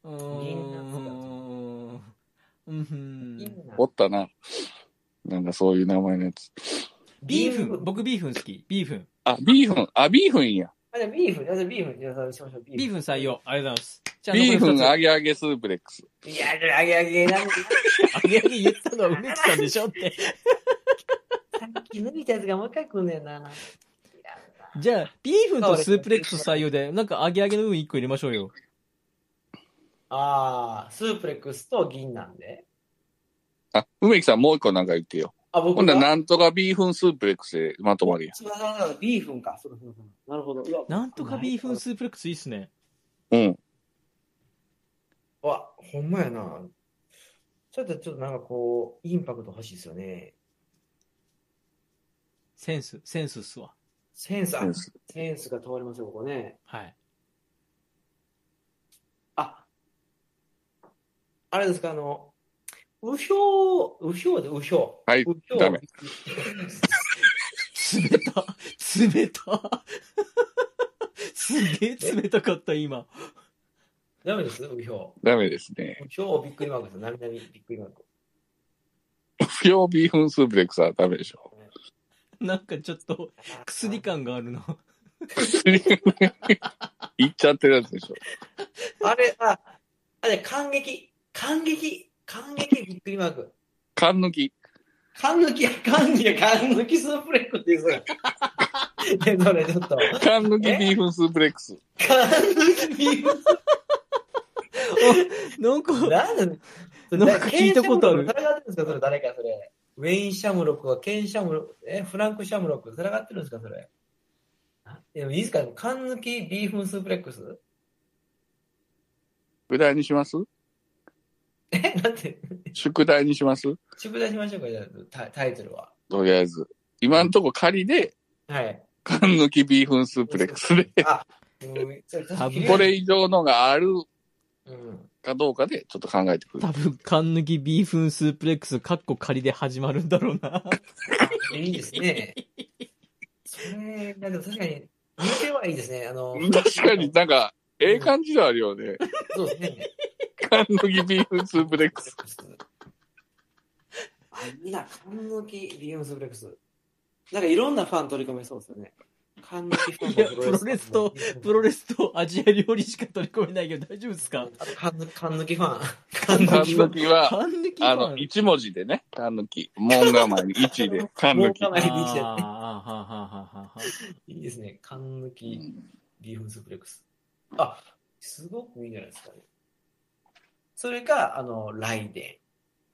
Speaker 3: うーん
Speaker 1: 銀杏捨てた
Speaker 3: うんふ
Speaker 1: うん
Speaker 3: ん。
Speaker 1: 銀
Speaker 2: お
Speaker 1: 杏
Speaker 2: ったな。なんかそういう名前のやつ。
Speaker 3: ビーフン、僕ビーフン好き。ビーフン。
Speaker 2: あ、ビーフン。あ、ビーフンや。
Speaker 1: あ、じゃあビーフン、じゃあビーフン、じゃあしましょう、ビーフン。
Speaker 3: ビーフン採用。ありがとうございます。じ
Speaker 2: ビーフン
Speaker 3: あ
Speaker 2: 揚げ揚げスープレックス。
Speaker 1: いや、でも揚げ揚げなんで、
Speaker 3: げ揚げ言ったのは梅木さんでしょって。
Speaker 1: さっき抜いたやつがもう一回来んねんな。いや
Speaker 3: じゃあ、ビーフンとスープレックス採用で、なんか揚げ揚げの部分1個入れましょうよ。
Speaker 1: あー、スープレックスと銀なんで。
Speaker 2: あ、梅木さんもう一個なんか言ってよ。
Speaker 1: あ、僕
Speaker 2: ほんなら
Speaker 1: が
Speaker 2: なんとかビーフンスープレックスでまとまりや。
Speaker 1: そうそうそうビーフンか。そうそうそうなるほど。うわ
Speaker 3: なんとかビーフンスープレックスいいっすね。
Speaker 2: うん。
Speaker 1: うわ、ほんまやな。ちょっと、ちょっとなんかこう、インパクト欲しいですよね。
Speaker 3: センス、センスっすわ。
Speaker 1: センス、あ
Speaker 2: センス
Speaker 1: センスが問われますよ、ここね。
Speaker 3: はい。
Speaker 1: あ、あれですか、あの、うひょう、うひょうで、うひょう。
Speaker 2: はいう
Speaker 1: ひょう
Speaker 2: ダメ
Speaker 3: 冷た、冷た。すげえ冷たかった、今。
Speaker 1: ダメです、うひょ
Speaker 2: ダメですね。
Speaker 1: う。うひょう、びっくりマークです。なみなみ、びっくりマーク。
Speaker 2: 不要ビーフンスープレックスはダメでし ょ。
Speaker 3: なんかちょっと、薬感があるな。
Speaker 2: 言っちゃってるやつでしょ。
Speaker 1: あれ、あ、あれ、感激、感激、感激、びっくりマーク。
Speaker 2: 缶抜き。
Speaker 1: 缶抜きや、缶抜きや、缶抜きスープレックっていう、それ。 え、それ、ちょっと。
Speaker 2: 缶抜きビーフンスープレックス。
Speaker 1: 缶抜きビーフ
Speaker 3: なんか、
Speaker 1: なんだ
Speaker 3: なんか聞いたことある
Speaker 1: ケンシャムロック誰がやってるんですか、それ、誰か、それ。ウェイン・シャムロックは、ケン・シャムロック、え、フランク・シャムロック、誰がやってるんですか、それ。あでもいいですか、缶抜きビーフンスープレックス
Speaker 2: 宿題にします
Speaker 1: え、なんて、
Speaker 2: 宿題にします
Speaker 1: 宿題しましょうか、じゃあタイタイトルは。
Speaker 2: とりあえず。今んとこ仮で、
Speaker 1: はい。
Speaker 2: 缶抜きビーフンスープレックスで、
Speaker 1: あ、うんそれ確かに
Speaker 2: これ以上のがある
Speaker 1: うん。
Speaker 2: かどうかで、ちょっと考えてくる
Speaker 3: 多。分、缶抜きビーフンスープレックス、カッコ仮で始まるんだろうな。
Speaker 1: いいですね。それ、なんか確かに、店はいいですね。あの、
Speaker 2: 確かになんか、ええ感じではあるよね。
Speaker 1: そうですね。
Speaker 2: 缶抜きビーフンスープレックス。
Speaker 1: あ、いいな、缶抜きビームスブレックス。なんかいろんなファン取り込めそうですよね。缶抜きファン
Speaker 3: いやプロレスと、プロレスとアジア料理しか取り込めないけど大丈夫ですか
Speaker 1: あと缶抜き缶抜きファン。缶
Speaker 2: 缶
Speaker 1: 抜きファ
Speaker 2: 抜
Speaker 1: ン。
Speaker 2: きは、
Speaker 3: 缶抜き
Speaker 2: あ
Speaker 3: パ
Speaker 2: の、
Speaker 3: ン
Speaker 2: 一文字でね、缶抜き。門構えに1で、缶抜き
Speaker 1: 門。構えに一で
Speaker 3: あーあーはーはーはーはー
Speaker 1: いいですね。缶抜
Speaker 2: う
Speaker 1: き
Speaker 2: ん
Speaker 1: ビーフンスブレックス。あ、すごくいいんじゃないですかね。それか、あの、ライデ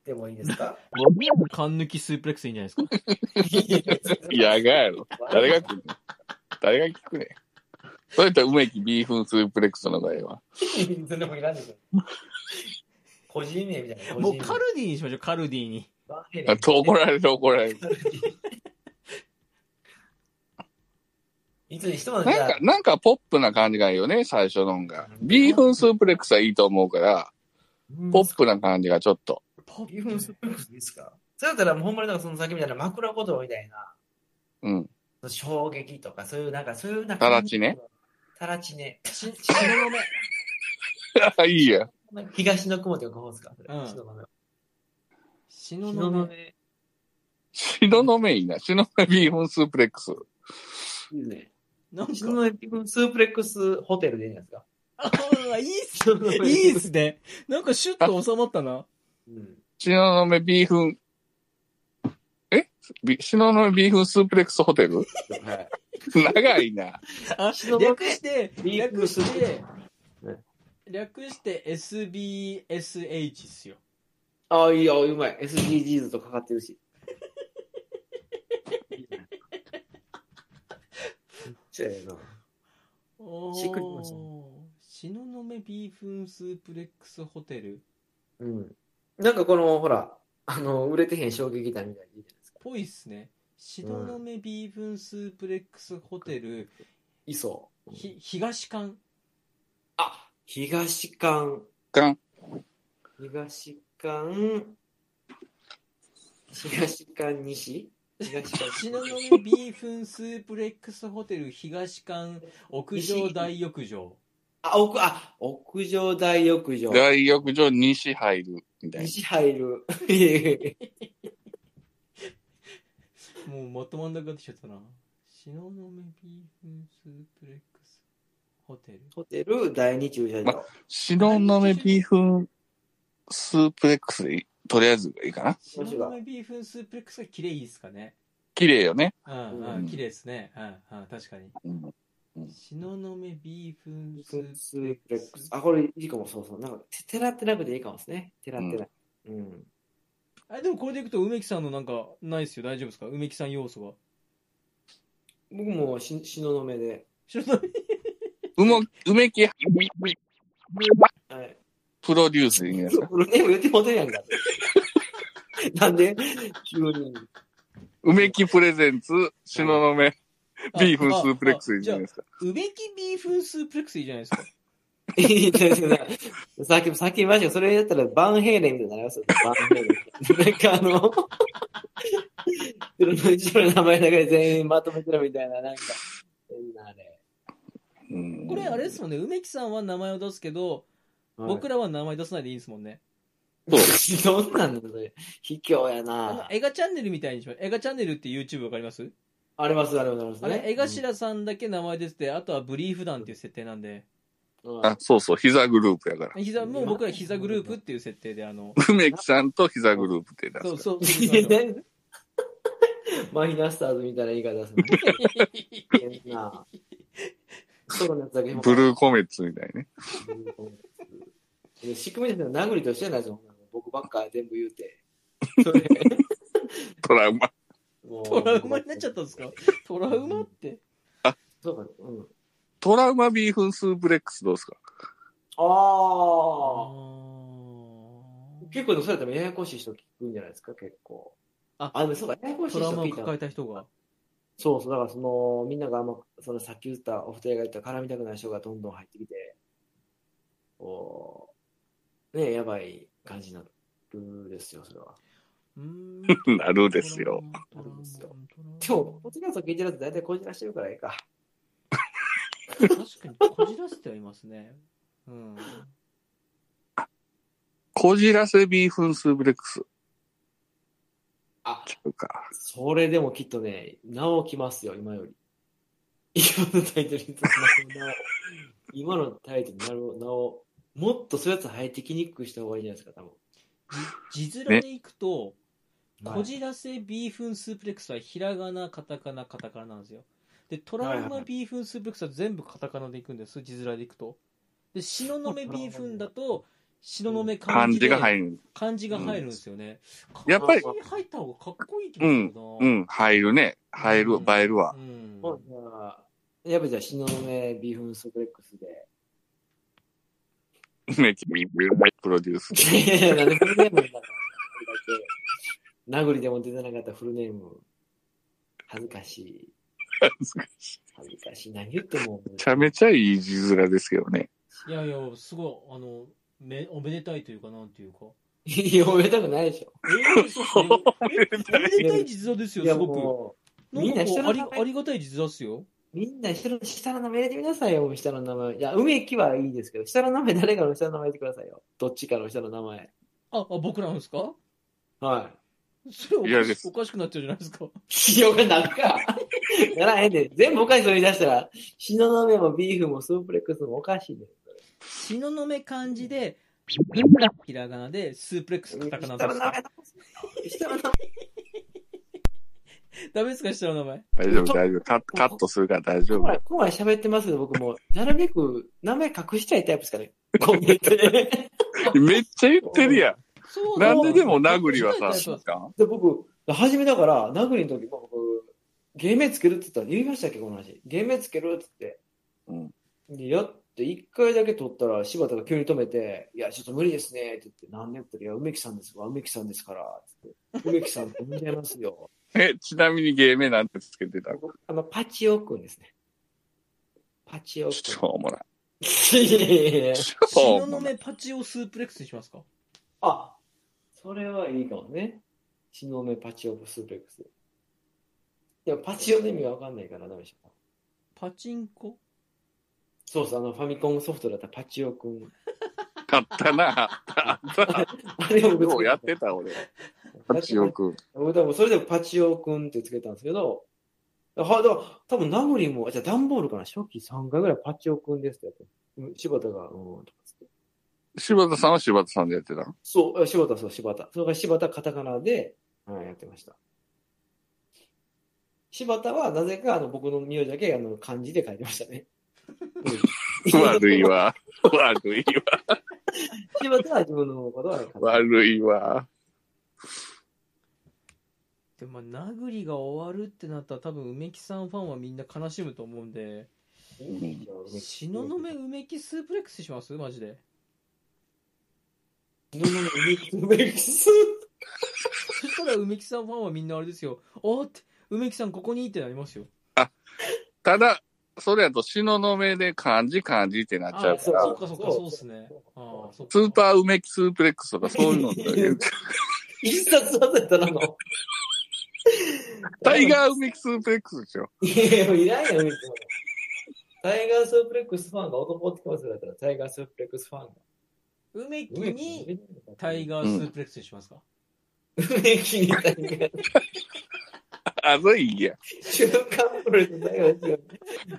Speaker 1: ン。でもいいですか
Speaker 3: はー缶抜きスープレックスいいんじゃないです か
Speaker 2: いや、あかんやろ。誰が来る誰が聞くねん。そうやったら梅木ビーフンスープレックスの場合は。
Speaker 1: それもいらんでしょ。個人名みたいな。
Speaker 3: もうカルディにしましょう、カルディに。
Speaker 2: あと怒られる怒られる。
Speaker 1: いつにしてもじ
Speaker 2: な
Speaker 1: ゃ
Speaker 2: んか、なんかポップな感じがいいよね、最初のんが。ビーフンスープレックスはいいと思うから、ポップな感じがちょっと。
Speaker 3: ポ
Speaker 1: ビーフンスープレックスですかそうやったらもうほんまになんかその先みたいな枕言葉みたい
Speaker 2: うん。
Speaker 1: な衝撃とかそういうなんかそういうなんか
Speaker 2: タラチネ
Speaker 1: タラチネし東
Speaker 2: いいや。
Speaker 1: 雲東の雲ってご存知ですかそれ
Speaker 3: うん
Speaker 1: 東の雲
Speaker 3: シノ
Speaker 1: 東
Speaker 3: ノ
Speaker 1: の
Speaker 3: メ。
Speaker 1: ね
Speaker 2: 白の目いいな。白の目ビーフンスープレックス。
Speaker 1: いいね
Speaker 3: なん
Speaker 1: 東の
Speaker 3: か、
Speaker 1: 雲ビーフンスープレックスホテルでいいんじゃないですか
Speaker 3: あーいいっすね。いいっすね。なんかシュッと収まったな。
Speaker 1: うん
Speaker 2: 白の目ビーフン、えび白の目ビーフンスープレックスホテル
Speaker 1: は い
Speaker 2: 長いな。
Speaker 3: あ、
Speaker 1: 東の
Speaker 3: 略して、
Speaker 1: ビーフ
Speaker 3: 略
Speaker 1: ンスー
Speaker 3: し
Speaker 1: プレッ
Speaker 3: て
Speaker 1: ク、スね
Speaker 3: 略して SBSH っすよ。
Speaker 1: ああいいようまい SDGs とかかってるしいいねめっちゃええなしっくりきましたね
Speaker 3: しののめビーフンスープレックスホテル。
Speaker 1: うん。なんかこの、ほら、あの、売れてへん衝撃弾みたいにいいじゃないですか。
Speaker 3: ぽいっすね。東雲ビーブンスープレックスホテル、
Speaker 1: いそう。
Speaker 3: ひ、東館。
Speaker 1: あ、東館。
Speaker 2: ガン。
Speaker 1: 東館。東館西東館
Speaker 3: 東雲ビーフンスープレックスホテル東館屋上大浴場。
Speaker 1: あ、屋、あ、屋上大浴場。
Speaker 2: 大浴場西入る、みたいな。
Speaker 1: 西入る。 いやいやいや
Speaker 3: もうまとまんなくなってきちゃったな。東雲ビーフンスープレックスホテル。
Speaker 1: ホテル第二駐車場。
Speaker 2: 白豆ビーフンスープレックスでいい、とりあえずいいかな。
Speaker 3: 東雲ビーフンスープレックスが綺麗ですかね。
Speaker 2: 綺麗よね。
Speaker 3: うん、
Speaker 1: うん
Speaker 3: うん、綺麗ですね。うん、うん、確かに。
Speaker 2: うん
Speaker 3: 東雲ビーフンス
Speaker 1: ス
Speaker 3: ー
Speaker 1: ー
Speaker 3: プ
Speaker 1: プレックス。あ、これいいかも、そうそう。なんか、ててらってなくていいかもですね。てらってな。うん。
Speaker 3: あ、でもこれでいくと梅木さんのなんか、ないっすよ。大丈夫ですか梅木さん要素が。
Speaker 1: 僕もし、しののめで。
Speaker 3: ちょっと
Speaker 2: うも、うめき、
Speaker 1: はい。
Speaker 2: プロデュースでいいんじ ゃないですか。
Speaker 1: フルネーム言ってもうてるやん か。なんで急に。
Speaker 2: うめきプレゼンツ、白豆ビーフンスープレックスでいいん
Speaker 3: じ
Speaker 2: じゃ
Speaker 3: ゃ
Speaker 2: な
Speaker 3: あ
Speaker 2: いですか。
Speaker 3: うべきビーフンスープレックスいいじゃないですか。
Speaker 1: いいですね。 さっき、さっき言いましたけど、それやったらバンヘイレンみたいになりますよ。バンヘイレン。なんかあの、 後ろの後ろの名前だけで全員まとめてるみたいな、なんか、変なあれ。
Speaker 2: うん
Speaker 3: これあれですもんね。梅木さんは名前を出すけど、僕
Speaker 1: ら、
Speaker 3: らは名前出さないでいいんですもんね。
Speaker 1: どんなんだそれ。卑怯や
Speaker 3: あの
Speaker 1: な、
Speaker 3: 映画チャンネルみたいにします。映画チャンネルって YouTube わかります
Speaker 1: あります、あります、あります
Speaker 3: あ
Speaker 1: ね。
Speaker 3: れ、江頭さんだけ名前出てて、あとはブリーフ団っていう設定なんで、
Speaker 1: うん、うん
Speaker 2: あ、そうそう、膝グループやから。
Speaker 3: 膝、もう僕ら膝グループっていう設定で、あの、
Speaker 2: 梅木さんと膝グループって出
Speaker 3: そう
Speaker 2: すか
Speaker 3: そう。
Speaker 1: マイナスターズみたいな言い方ですね。 変な。そうなんだけ
Speaker 2: ら。ブ
Speaker 1: ー
Speaker 2: ルーコメッツみたいね。
Speaker 1: いや仕組みですよ。殴りとしてはないですよ。僕ばっか全部言うて。 それ
Speaker 2: トラウマ。
Speaker 1: もう
Speaker 3: トラウマになっちゃったんですかトラウマって。
Speaker 1: そうか、うん。
Speaker 2: トラウマビーフンスープレックスどうですか
Speaker 1: ああ。
Speaker 3: あ
Speaker 1: 結構でもそうやったらややこしい人聞くんじゃないですか、結構。
Speaker 3: あ
Speaker 1: あ、でもそうか、ややこ
Speaker 3: ー
Speaker 1: しい
Speaker 3: トラ
Speaker 1: 人
Speaker 3: ウマを
Speaker 1: 聞いたら
Speaker 3: 抱えた人が。
Speaker 1: そうそう、だからその、みんながあんま、そのさっき言ったお二人が言った絡みたくない人がどんどん入ってきて、こう、ねやばい感じになるですよ、それは。
Speaker 3: うーん
Speaker 2: なるですよ。
Speaker 1: なるですよ。で
Speaker 3: トラウ
Speaker 1: も
Speaker 3: マ、
Speaker 1: ポッドキャスト聞いてるやつ大体こじらしてるからいいか。
Speaker 3: トラウマ確かにこじらせてはいますね。うん。
Speaker 2: こじらせビーフンスープレックス
Speaker 1: あ、
Speaker 2: ちゃうか。
Speaker 1: それでもきっとね、直きますよ、今より。今のタイトルに、今のタイトルになる、なお、もっとそういうやつ入ってきにくくした方がいいんじゃないですか、多分。
Speaker 3: じ字面でいくと、
Speaker 1: はい
Speaker 3: こじらせビーフンスープレックスはひらがな、カタカナ、カタカナなんですよ。で、トラウマビーフンスープレックスは全部カタカナでいくんです、字面でいくと。で、しののめビーフンだと、しののめ漢
Speaker 2: 漢
Speaker 3: 字
Speaker 2: 字
Speaker 3: で
Speaker 2: が入る。
Speaker 3: 漢字が入るんですよね。
Speaker 2: やっぱり
Speaker 3: 漢字入った方がかっこいい気がするな。
Speaker 2: う。ん、入るね。入る、
Speaker 3: うん
Speaker 2: 映えるわ。
Speaker 3: うん
Speaker 1: もうじゃあ、やっぱじゃあ、東雲ビーフンスープレックスで。
Speaker 2: 梅木プロデュース。
Speaker 1: いやいや、なんでフルネームなんだろうな。殴りでも出てなかったフルネーム。恥ずかしい。恥ずかしい。何言っても。
Speaker 2: めちゃめちゃいい字面ですけどね。
Speaker 3: いやいや、すごい、あの、め、おめでたいというか、なんていうか。
Speaker 1: いや、めたくないでしょ。
Speaker 3: えーそうですねえおめでたい実像ですよ、
Speaker 1: いや、
Speaker 3: すご
Speaker 1: も
Speaker 3: く。
Speaker 1: う、みんな
Speaker 3: かこ
Speaker 1: 人
Speaker 3: うあ
Speaker 1: の
Speaker 3: り
Speaker 1: 名
Speaker 3: あ
Speaker 1: 前、
Speaker 3: りがたい実像ですよ。
Speaker 1: みんな人の下の名前入れてみなさいよ、下の名前。いや、梅木はいいですけど、下の名前、誰かの下の名前入れてくださいよ。どっちかの下の名前。
Speaker 3: あ、あ僕らのですか
Speaker 1: は
Speaker 3: それおかし
Speaker 2: いやです
Speaker 3: おかしくなっちゃうじゃないですか。
Speaker 1: い。いや、俺なんか、やらへんで、全部おかしいと言い出したら、東雲もビーフもスープレックスもおかしいです。
Speaker 3: しののめ漢字で、ひらがなで、スープレックスカタカナ
Speaker 1: 下の
Speaker 3: で
Speaker 1: 名
Speaker 3: す。
Speaker 1: 前残す下の名前
Speaker 3: ダメですか、下の名前。
Speaker 2: 大丈夫、大丈夫。カッカットするから大丈
Speaker 1: ここまで
Speaker 2: 夫。
Speaker 1: ここまで喋ってますけど、僕も、なるべく名前隠したいタイプですかね。こう見て。
Speaker 2: めっちゃ言ってるやん。
Speaker 3: そう
Speaker 2: な
Speaker 3: だ
Speaker 2: んででも殴りはさ、
Speaker 3: そ
Speaker 2: 知
Speaker 3: うだ
Speaker 2: らん
Speaker 1: で、僕、初めだから、殴りの時、僕、芸名つけるって言ったら、言いましたっけ、この話。芸名つけるって言って。
Speaker 2: うん
Speaker 1: で、やって、一回だけ取ったら、柴田が急に止めて、いや、ちょっと無理ですね、って言って、なんでって言ったら、いや、梅木さんですわ、梅木さんですから、って言って梅木さんって呼んじゃいますよ。
Speaker 2: え、ちなみに芸名なんてつけてた
Speaker 1: あの、パチオくんですね。パチオくん。
Speaker 2: しょうもない
Speaker 1: やいやいや
Speaker 2: い。しょ
Speaker 3: 東
Speaker 2: うも
Speaker 3: 雲
Speaker 2: ない。
Speaker 3: パチオスープレックスにしますか
Speaker 1: あ、それはいいかもね。シノメパチオブスープレックス。いや、パチオの意味がわかんないからダメでしょ。
Speaker 3: パチンコ
Speaker 1: そうそう、あの、ファミコンソフトだったらパチオくん。
Speaker 2: あったな、あった、あった。
Speaker 1: あ れを
Speaker 2: ようやってた、俺。パチオくん。
Speaker 1: 僕多分それでもパチオくんってつけたんですけど、は、だから多分ナムリも、あじゃあ段ボールかな、初期3回ぐらいパチオくんですってやって、うん柴田が、うん、とかつって。
Speaker 2: 柴田さんは柴田さんでやってたの
Speaker 1: そう、あ柴田、そう、柴田。それから柴田カタカナで、はい、やってました。柴田はなぜかあの僕の名字だけあの漢字で書いてましたね。
Speaker 2: 悪いわ。悪いわ。
Speaker 1: 柴田は自分のことは書いてました
Speaker 2: 悪いわ。
Speaker 3: でも、まあ殴りが終わるってなったら多分梅木さんファンはみんな悲しむと思うんで、東雲梅木スープレックスしますマジで。
Speaker 1: 東雲梅木スー
Speaker 3: そしたら梅木さんファンはみんなあれですよ。 おーって、梅木さんここにってなりますよ。
Speaker 2: ただ、それやと、しののめで漢字漢字ってなっちゃ
Speaker 3: あ
Speaker 2: う
Speaker 3: そ
Speaker 2: か
Speaker 3: う
Speaker 2: ら、
Speaker 3: そっかそっか、そうっすね。あーそっか
Speaker 2: スーパー梅木スープレックスとかそういうのって言 う
Speaker 1: 一冊忘れたなの。
Speaker 2: タイガー梅木スープレックスでしょ。
Speaker 1: いや、いらんやん、タイガースープレックスファンが男ってますだったら、タイガースープレックスファンが。
Speaker 3: 梅木
Speaker 1: 梅木
Speaker 3: にタイガースープレックスにしますか、
Speaker 1: 梅木にタイガー。
Speaker 2: あ、それいいや。
Speaker 1: 週刊プロレスタイガー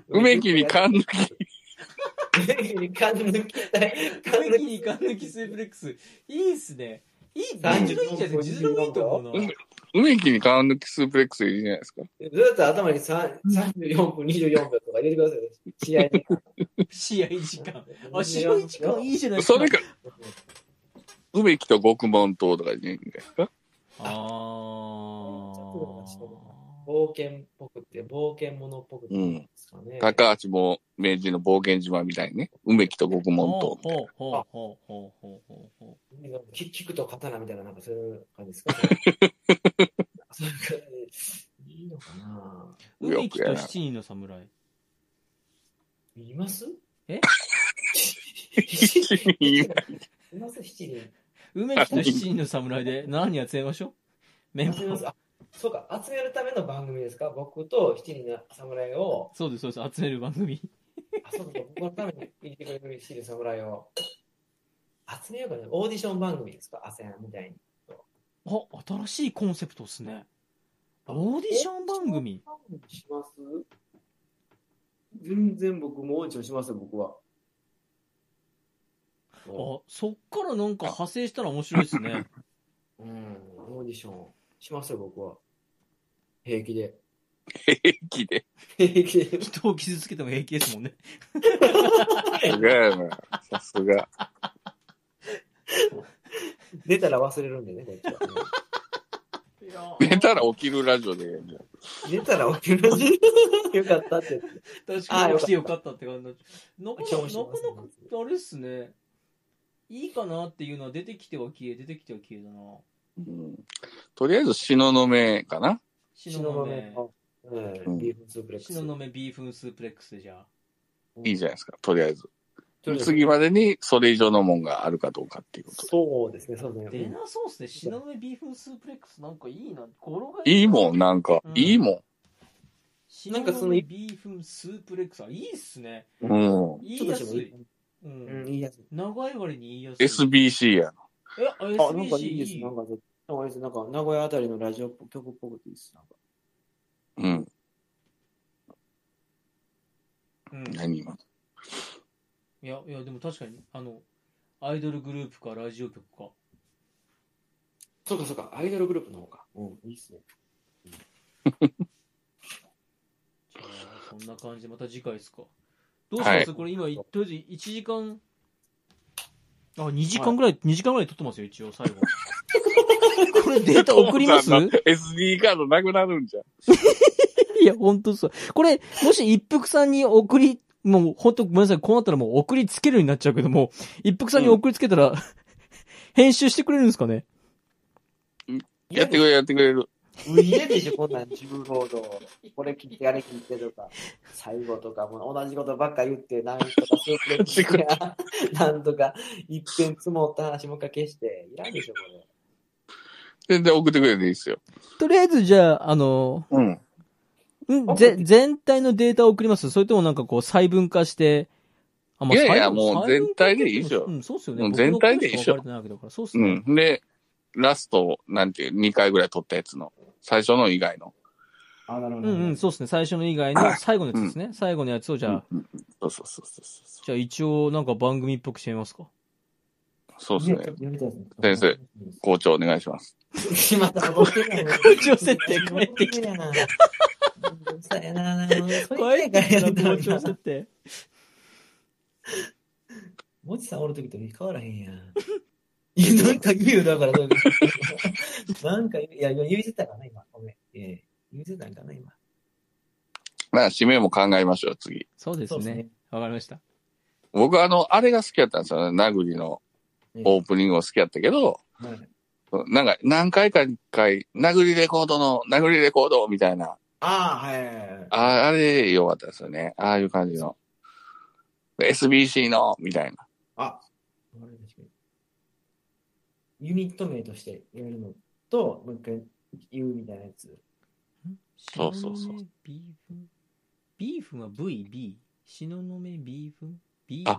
Speaker 2: 梅 木に漢字。
Speaker 1: 梅木に缶抜きタイガ
Speaker 3: 梅木にガン抜きスープレックス。いいっすね。いい、感じがいいんじゃないですか。実力いいと思うな。
Speaker 2: 梅木に漢抜きスープレックスいいじゃないですか。
Speaker 1: ずっと頭にさ34分、24分とか入れてくださいよ。試合に。
Speaker 3: 試合時間。あ、試合時間いいじゃないです
Speaker 2: そ
Speaker 3: か
Speaker 2: れ。か、梅木と獄門島とかいいんじゃないですか。
Speaker 3: あー
Speaker 1: 冒険っぽくて、冒険者っぽくて。
Speaker 2: うん
Speaker 1: ですかね。
Speaker 2: 高橋も明治の冒険島みたいにね。梅木と獄門島
Speaker 3: ほう。ほうほうほうほうほうほうほう。
Speaker 1: キックと刀みたいな、なんかそういう感じです か、そういう感じ。いいのかな
Speaker 3: 梅木と七人の侍。
Speaker 1: います
Speaker 3: え
Speaker 1: 七人
Speaker 2: い
Speaker 1: います七人。
Speaker 3: 梅木と七人の侍で何人集めましょうメンバ
Speaker 1: 集めます
Speaker 3: ー。
Speaker 1: あそうか、集めるための番組ですか僕と七人の侍を、
Speaker 3: そうです、そうです。集める番組。
Speaker 1: あ、そうか、僕のために入れてくれる七人の侍を。集めようかな。オーディション番組ですかアセアンみたいに。
Speaker 3: あ、新しいコンセプトですね。オーディション番組
Speaker 1: オーディション番組します全然僕もオーディションしますよ、僕は。
Speaker 3: あ、そっからなんか派生したら面白いです ね。
Speaker 1: うん、オーディションしますよ、僕は。平気で。
Speaker 2: 平気で。
Speaker 1: 平気で。
Speaker 3: 人を傷つけても平気ですもんね。
Speaker 2: すげえな。さすが。
Speaker 1: 出たら忘れるんでね、こっちは。
Speaker 2: 寝たら起きるラジオでええんじゃん。
Speaker 1: 出たら起きるし。よかったって。
Speaker 3: 確
Speaker 1: あ
Speaker 3: か
Speaker 1: よかった
Speaker 3: に来てよかったって感じだなかなか、
Speaker 1: 調
Speaker 3: な
Speaker 1: 子
Speaker 3: か
Speaker 1: 乗せます
Speaker 3: なかあれっすね。いいかなっていうのは出てきては消え、出てきては消えだな。
Speaker 2: うんとりあえず、東雲かな。
Speaker 3: 東雲
Speaker 1: うん、ビーフンスープレックス。
Speaker 3: 東雲ビーフンスープレックスでじゃあ。
Speaker 2: いいじゃないですか。とりあえず。
Speaker 1: とりあえず
Speaker 2: 次までにそれ以上のもんがあるかどうかっていうこと。
Speaker 1: そうですね、そうです
Speaker 3: 出
Speaker 1: ね。
Speaker 3: なそうっすね。東雲ビーフンスープレックスなんかいいな。語呂が
Speaker 2: いいもん、なんか
Speaker 3: う。ん
Speaker 2: いいも
Speaker 3: な
Speaker 1: なんん
Speaker 3: か
Speaker 1: か
Speaker 3: そ
Speaker 1: そ
Speaker 3: の
Speaker 1: の
Speaker 3: ビーフンスープレックスはいいっすね。
Speaker 2: ん。うん。
Speaker 3: 言いやすい。う
Speaker 1: うん、
Speaker 3: ん。
Speaker 1: いいやつ。
Speaker 3: 長い割に言いやすい。
Speaker 2: SBC や
Speaker 3: え、あ
Speaker 1: あ、なんか
Speaker 3: SBC
Speaker 1: いいです。
Speaker 3: いい
Speaker 1: なんか、なんかいいです。なんか、名古屋あたりのラジオっぽ曲っぽくていいです。なんか。
Speaker 2: な。うん。
Speaker 3: うん。
Speaker 2: 何今。
Speaker 3: いや、いや、でも確かに、あの、アイドルグループかラジオ局か。
Speaker 1: そうか、そうか、アイドルグループの方か。うん、いいっすね。
Speaker 3: じゃあそんな感じで、また次回ですか。どうします、
Speaker 2: は
Speaker 3: これ今、いとりあえず1時間、あ、2時間ぐらい、二時間ぐらい撮ってますよ、一応、 最後。これデータ送ります
Speaker 2: ?SD カードなくなるんじゃん。
Speaker 4: いや、ほんとそう。これ、もし一服さんに送り、もうほんとごめんなさい、こうなったらもう送りつけるようになっちゃうけども、一服さんに送りつけた ら、編集してくれるんですかね
Speaker 2: やってくれる、やってくれる。
Speaker 1: 無理やでしょ、こんなん重労働。これ切って、あれ切ってとか、最後とか、もう同じことばっか言って、なんとかスープレックス や、なんとか、一遍積もった話もう一回消して、いらんでしょ、これ。
Speaker 2: 全然送ってくれていいですよ。
Speaker 3: とりあえずじゃあ、あの、
Speaker 2: うん。
Speaker 3: んぜ全体のデータを送りますそれともなんかこう細分化して、あ
Speaker 2: いやいや
Speaker 3: 細分
Speaker 2: もう全体でいいでしょ
Speaker 3: うん、そうっすよね。
Speaker 2: もう全体でいいでしょ
Speaker 3: 僕の声しか分かれてないわけだから、そうっす
Speaker 2: う
Speaker 3: ね。
Speaker 2: ん。で、ラスト、なんていう、2回ぐらい撮ったやつの。最初の以外の。
Speaker 1: あ、なるほ
Speaker 3: うん、うん、そうっすね。最初の以外の最後のやつですね。最後のやつをじゃあ、
Speaker 2: うんうんそうそうそうそうそ
Speaker 3: じゃあ一応なんか番組っぽくしてみますか。
Speaker 2: う。そうですね。
Speaker 1: ね
Speaker 2: 先生。 校長お願いします。
Speaker 1: また戻ってない。
Speaker 3: 長設定変えて き
Speaker 1: た。そうやな。
Speaker 3: これ
Speaker 1: からや
Speaker 3: 校長設定。
Speaker 1: もちさんおるときと変わらへんやん。いや、なんか言うよ、だから、そういうことなんか言う、いや、言うてたかな、今。ごめん。ええ言うてたんかな、今。
Speaker 2: まあ、締めも考えましょう、次。
Speaker 3: そうですね。。わかりました。
Speaker 2: 僕、あの、あれが好きやったんですよね。ナグリのオープニングを好きやったけど、
Speaker 1: はい
Speaker 2: なんか、何回か一回、ナグリレコードの、ナグリレコードみたいな、
Speaker 1: ああ、はいはいはい。
Speaker 2: ああれ、良かったですよね。ああいう感じの。SBC の、みたいな。
Speaker 1: あ、あれ確かにユニット名としてやるのと、もう一回言うみたいなやつ。
Speaker 2: そうそうそう。
Speaker 3: ビーフンビーフンは VB。東雲ビーフン B
Speaker 2: あ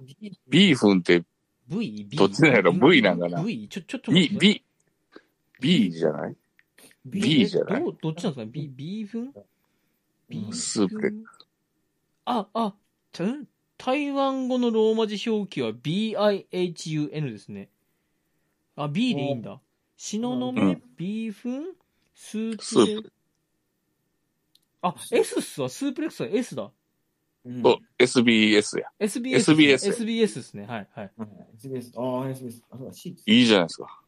Speaker 2: ビーフンって、
Speaker 3: V? B?
Speaker 2: どっちなんやろ V なんかな
Speaker 3: V? ちょ、ちょっと待っ
Speaker 2: ビ
Speaker 3: て、
Speaker 2: ビ、ビーじゃない B じゃない
Speaker 3: どうどっちなんですかね ?B、ビーフンビーフン
Speaker 2: スープレッ
Speaker 3: あ、あ、ちゃん台湾語のローマ字表記は BIHUN ですね。あ、B でいいんだ。しのの
Speaker 2: う
Speaker 3: め
Speaker 2: ん、
Speaker 3: ビーフン、スー
Speaker 2: スー
Speaker 3: プレあ、S っすわ。スープレックスは S だ。
Speaker 1: うん
Speaker 2: そう、SBS や。
Speaker 3: SBS。
Speaker 2: SBS
Speaker 3: SBS ですね。はい、はい。
Speaker 1: はい SBS。ああ、SBS。あ、そうだ、シーツ。
Speaker 2: いいじゃないですか。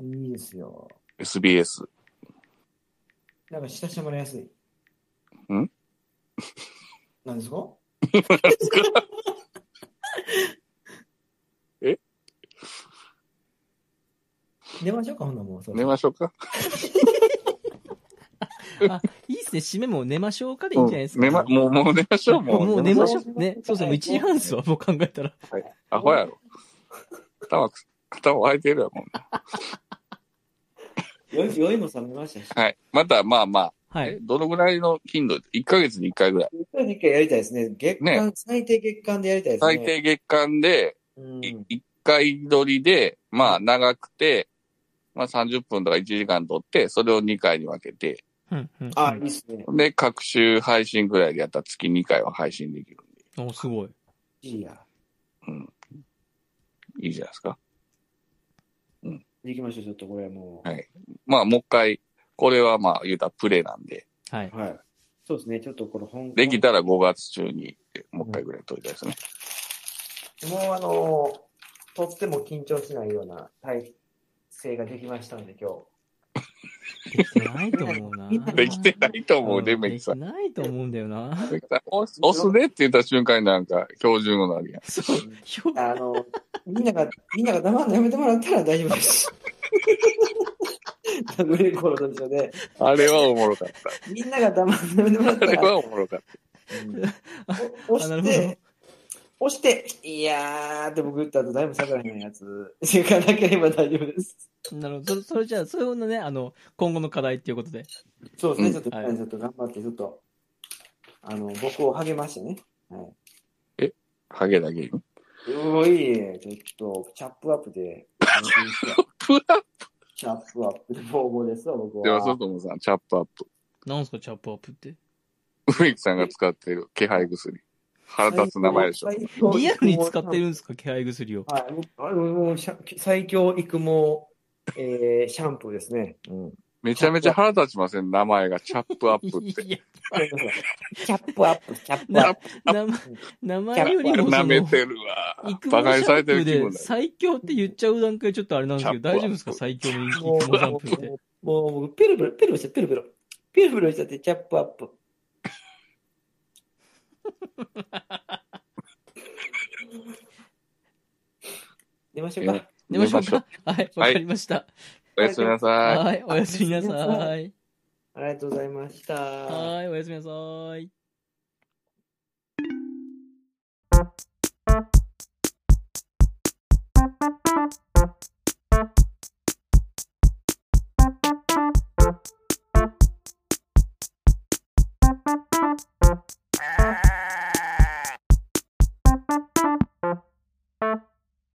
Speaker 1: いいですよ。
Speaker 2: SBS。
Speaker 1: なんか親しまれやすい。
Speaker 2: ん
Speaker 1: なんですか
Speaker 2: え
Speaker 1: 寝ましょうか、ほんならもう。そろ
Speaker 2: 寝
Speaker 1: そろ
Speaker 2: ましょうか。
Speaker 3: いいっすね。締めも寝ましょうかでいい
Speaker 2: うんん
Speaker 3: じゃないですか。
Speaker 2: 寝ま、もう、もう寝ましょう、もう。
Speaker 3: もう寝ましょ
Speaker 1: 寝ましょ
Speaker 3: う。
Speaker 1: う
Speaker 3: ね。そうそう。もう1時半っすわ。もう考えたら。
Speaker 2: アホやろ。頭、頭湧いてるやもんね。
Speaker 1: 酔い酔いも冷めましたし。
Speaker 2: はい。また、まあまあ、
Speaker 3: はい
Speaker 2: え。どのぐらいの頻度 ?1 ヶ月に1回ぐらい。
Speaker 1: 一回一回やりたいですね。月間、最低月間でやりたいですね。
Speaker 2: 最低月間で、
Speaker 1: うん。
Speaker 2: い一回撮りで、まあ長くて、まあ30分とか1時間撮って、それを2回に分けて、
Speaker 3: うん、うん。
Speaker 1: あ、いいっすね。
Speaker 2: で、各週配信ぐらいでやったら月2回は配信できるんで、
Speaker 3: お、すごい。
Speaker 1: いいや。
Speaker 2: いいじゃないですか。
Speaker 1: 行きましょう、ちょっとこれはもう。
Speaker 2: はいまあもう一回、これはまあ言うたらプレなんで、
Speaker 3: はい。
Speaker 1: はい。そうですね、ちょっとこの本
Speaker 2: できたら5月中にもう一回ぐらい撮りたいですね。
Speaker 1: もうあのとっても緊張しないような体制ができましたんで、今日。
Speaker 3: できてないと思うな。
Speaker 2: できてないと思うね、
Speaker 3: ん
Speaker 2: めっちゃ
Speaker 3: でき。てないと思うんだよな。
Speaker 2: できた押す押すねって言った瞬間になんか標準語になるやん。
Speaker 3: そう。ひょ
Speaker 1: あの、みんなが、みんなが黙るのやめてもらったら大丈夫 です。 ダブルコードと一緒で、
Speaker 2: あれはおもろかっ。
Speaker 1: みんなが黙るのやめてもらった
Speaker 2: あれ
Speaker 1: たら、
Speaker 2: はおもろかっ
Speaker 1: お
Speaker 3: あ
Speaker 1: 押
Speaker 3: な
Speaker 1: し
Speaker 3: るほど
Speaker 1: て、押して、いやーって僕言った後、だいぶ下がらへんやつ、行かなければ大丈夫です。
Speaker 3: なるほど。そそれじゃあ、そういうのね、あの、今後の課題っていうことで。
Speaker 1: そうですね、
Speaker 2: うん
Speaker 1: ちょっと、
Speaker 3: はい
Speaker 1: ちょっと頑張って、ちょっと、あの、僕を励ましてね。
Speaker 2: た。ハゲだけに。
Speaker 1: おいえ、ちょっと、チャップアップ で、
Speaker 2: プラ
Speaker 1: チャップアップで、ボーボーですわ、僕
Speaker 2: では、
Speaker 1: は。
Speaker 2: 外もさん、チャップアップ。
Speaker 3: なんすか、チャップアップって。
Speaker 2: 植木さんが使ってる気配薬。腹立つ名前でしょ。
Speaker 1: 最強
Speaker 3: リアルに使ってるんですか、気配薬を。
Speaker 1: はい、もうあのもうシャ最強育毛、えー、シャンプーですね。うん。
Speaker 2: めちゃめちゃ腹立ちません、名前が。チャップアップって。
Speaker 3: いや、
Speaker 1: キャップアップ、キャップ
Speaker 3: な
Speaker 1: アッ
Speaker 3: 名前名前よりも
Speaker 2: 舐
Speaker 3: そ
Speaker 2: め
Speaker 3: の、
Speaker 2: てるわ
Speaker 3: 育。毛
Speaker 2: バカ
Speaker 3: シ
Speaker 2: にさ
Speaker 3: ャ
Speaker 2: れ
Speaker 3: ンプ
Speaker 2: てる気分
Speaker 3: ーで
Speaker 2: だよ。
Speaker 3: 最強って言っちゃう段階ちょっとあれなんですけど、
Speaker 2: チャップアップ
Speaker 3: 大丈夫ですか最強の
Speaker 1: プ。
Speaker 3: 育毛シャンプーって。
Speaker 1: もう、もう、ペルペル、ペルペル、ペルペル。ペルペルしちゃって、チャップアッ プ。出ましょうか。
Speaker 3: 寝ましょうか。はい、わかりました。
Speaker 2: おやすみなさい。
Speaker 3: はい、おやすみなさい。
Speaker 1: ありがとうございました。
Speaker 3: はーい、おやすみなさーい。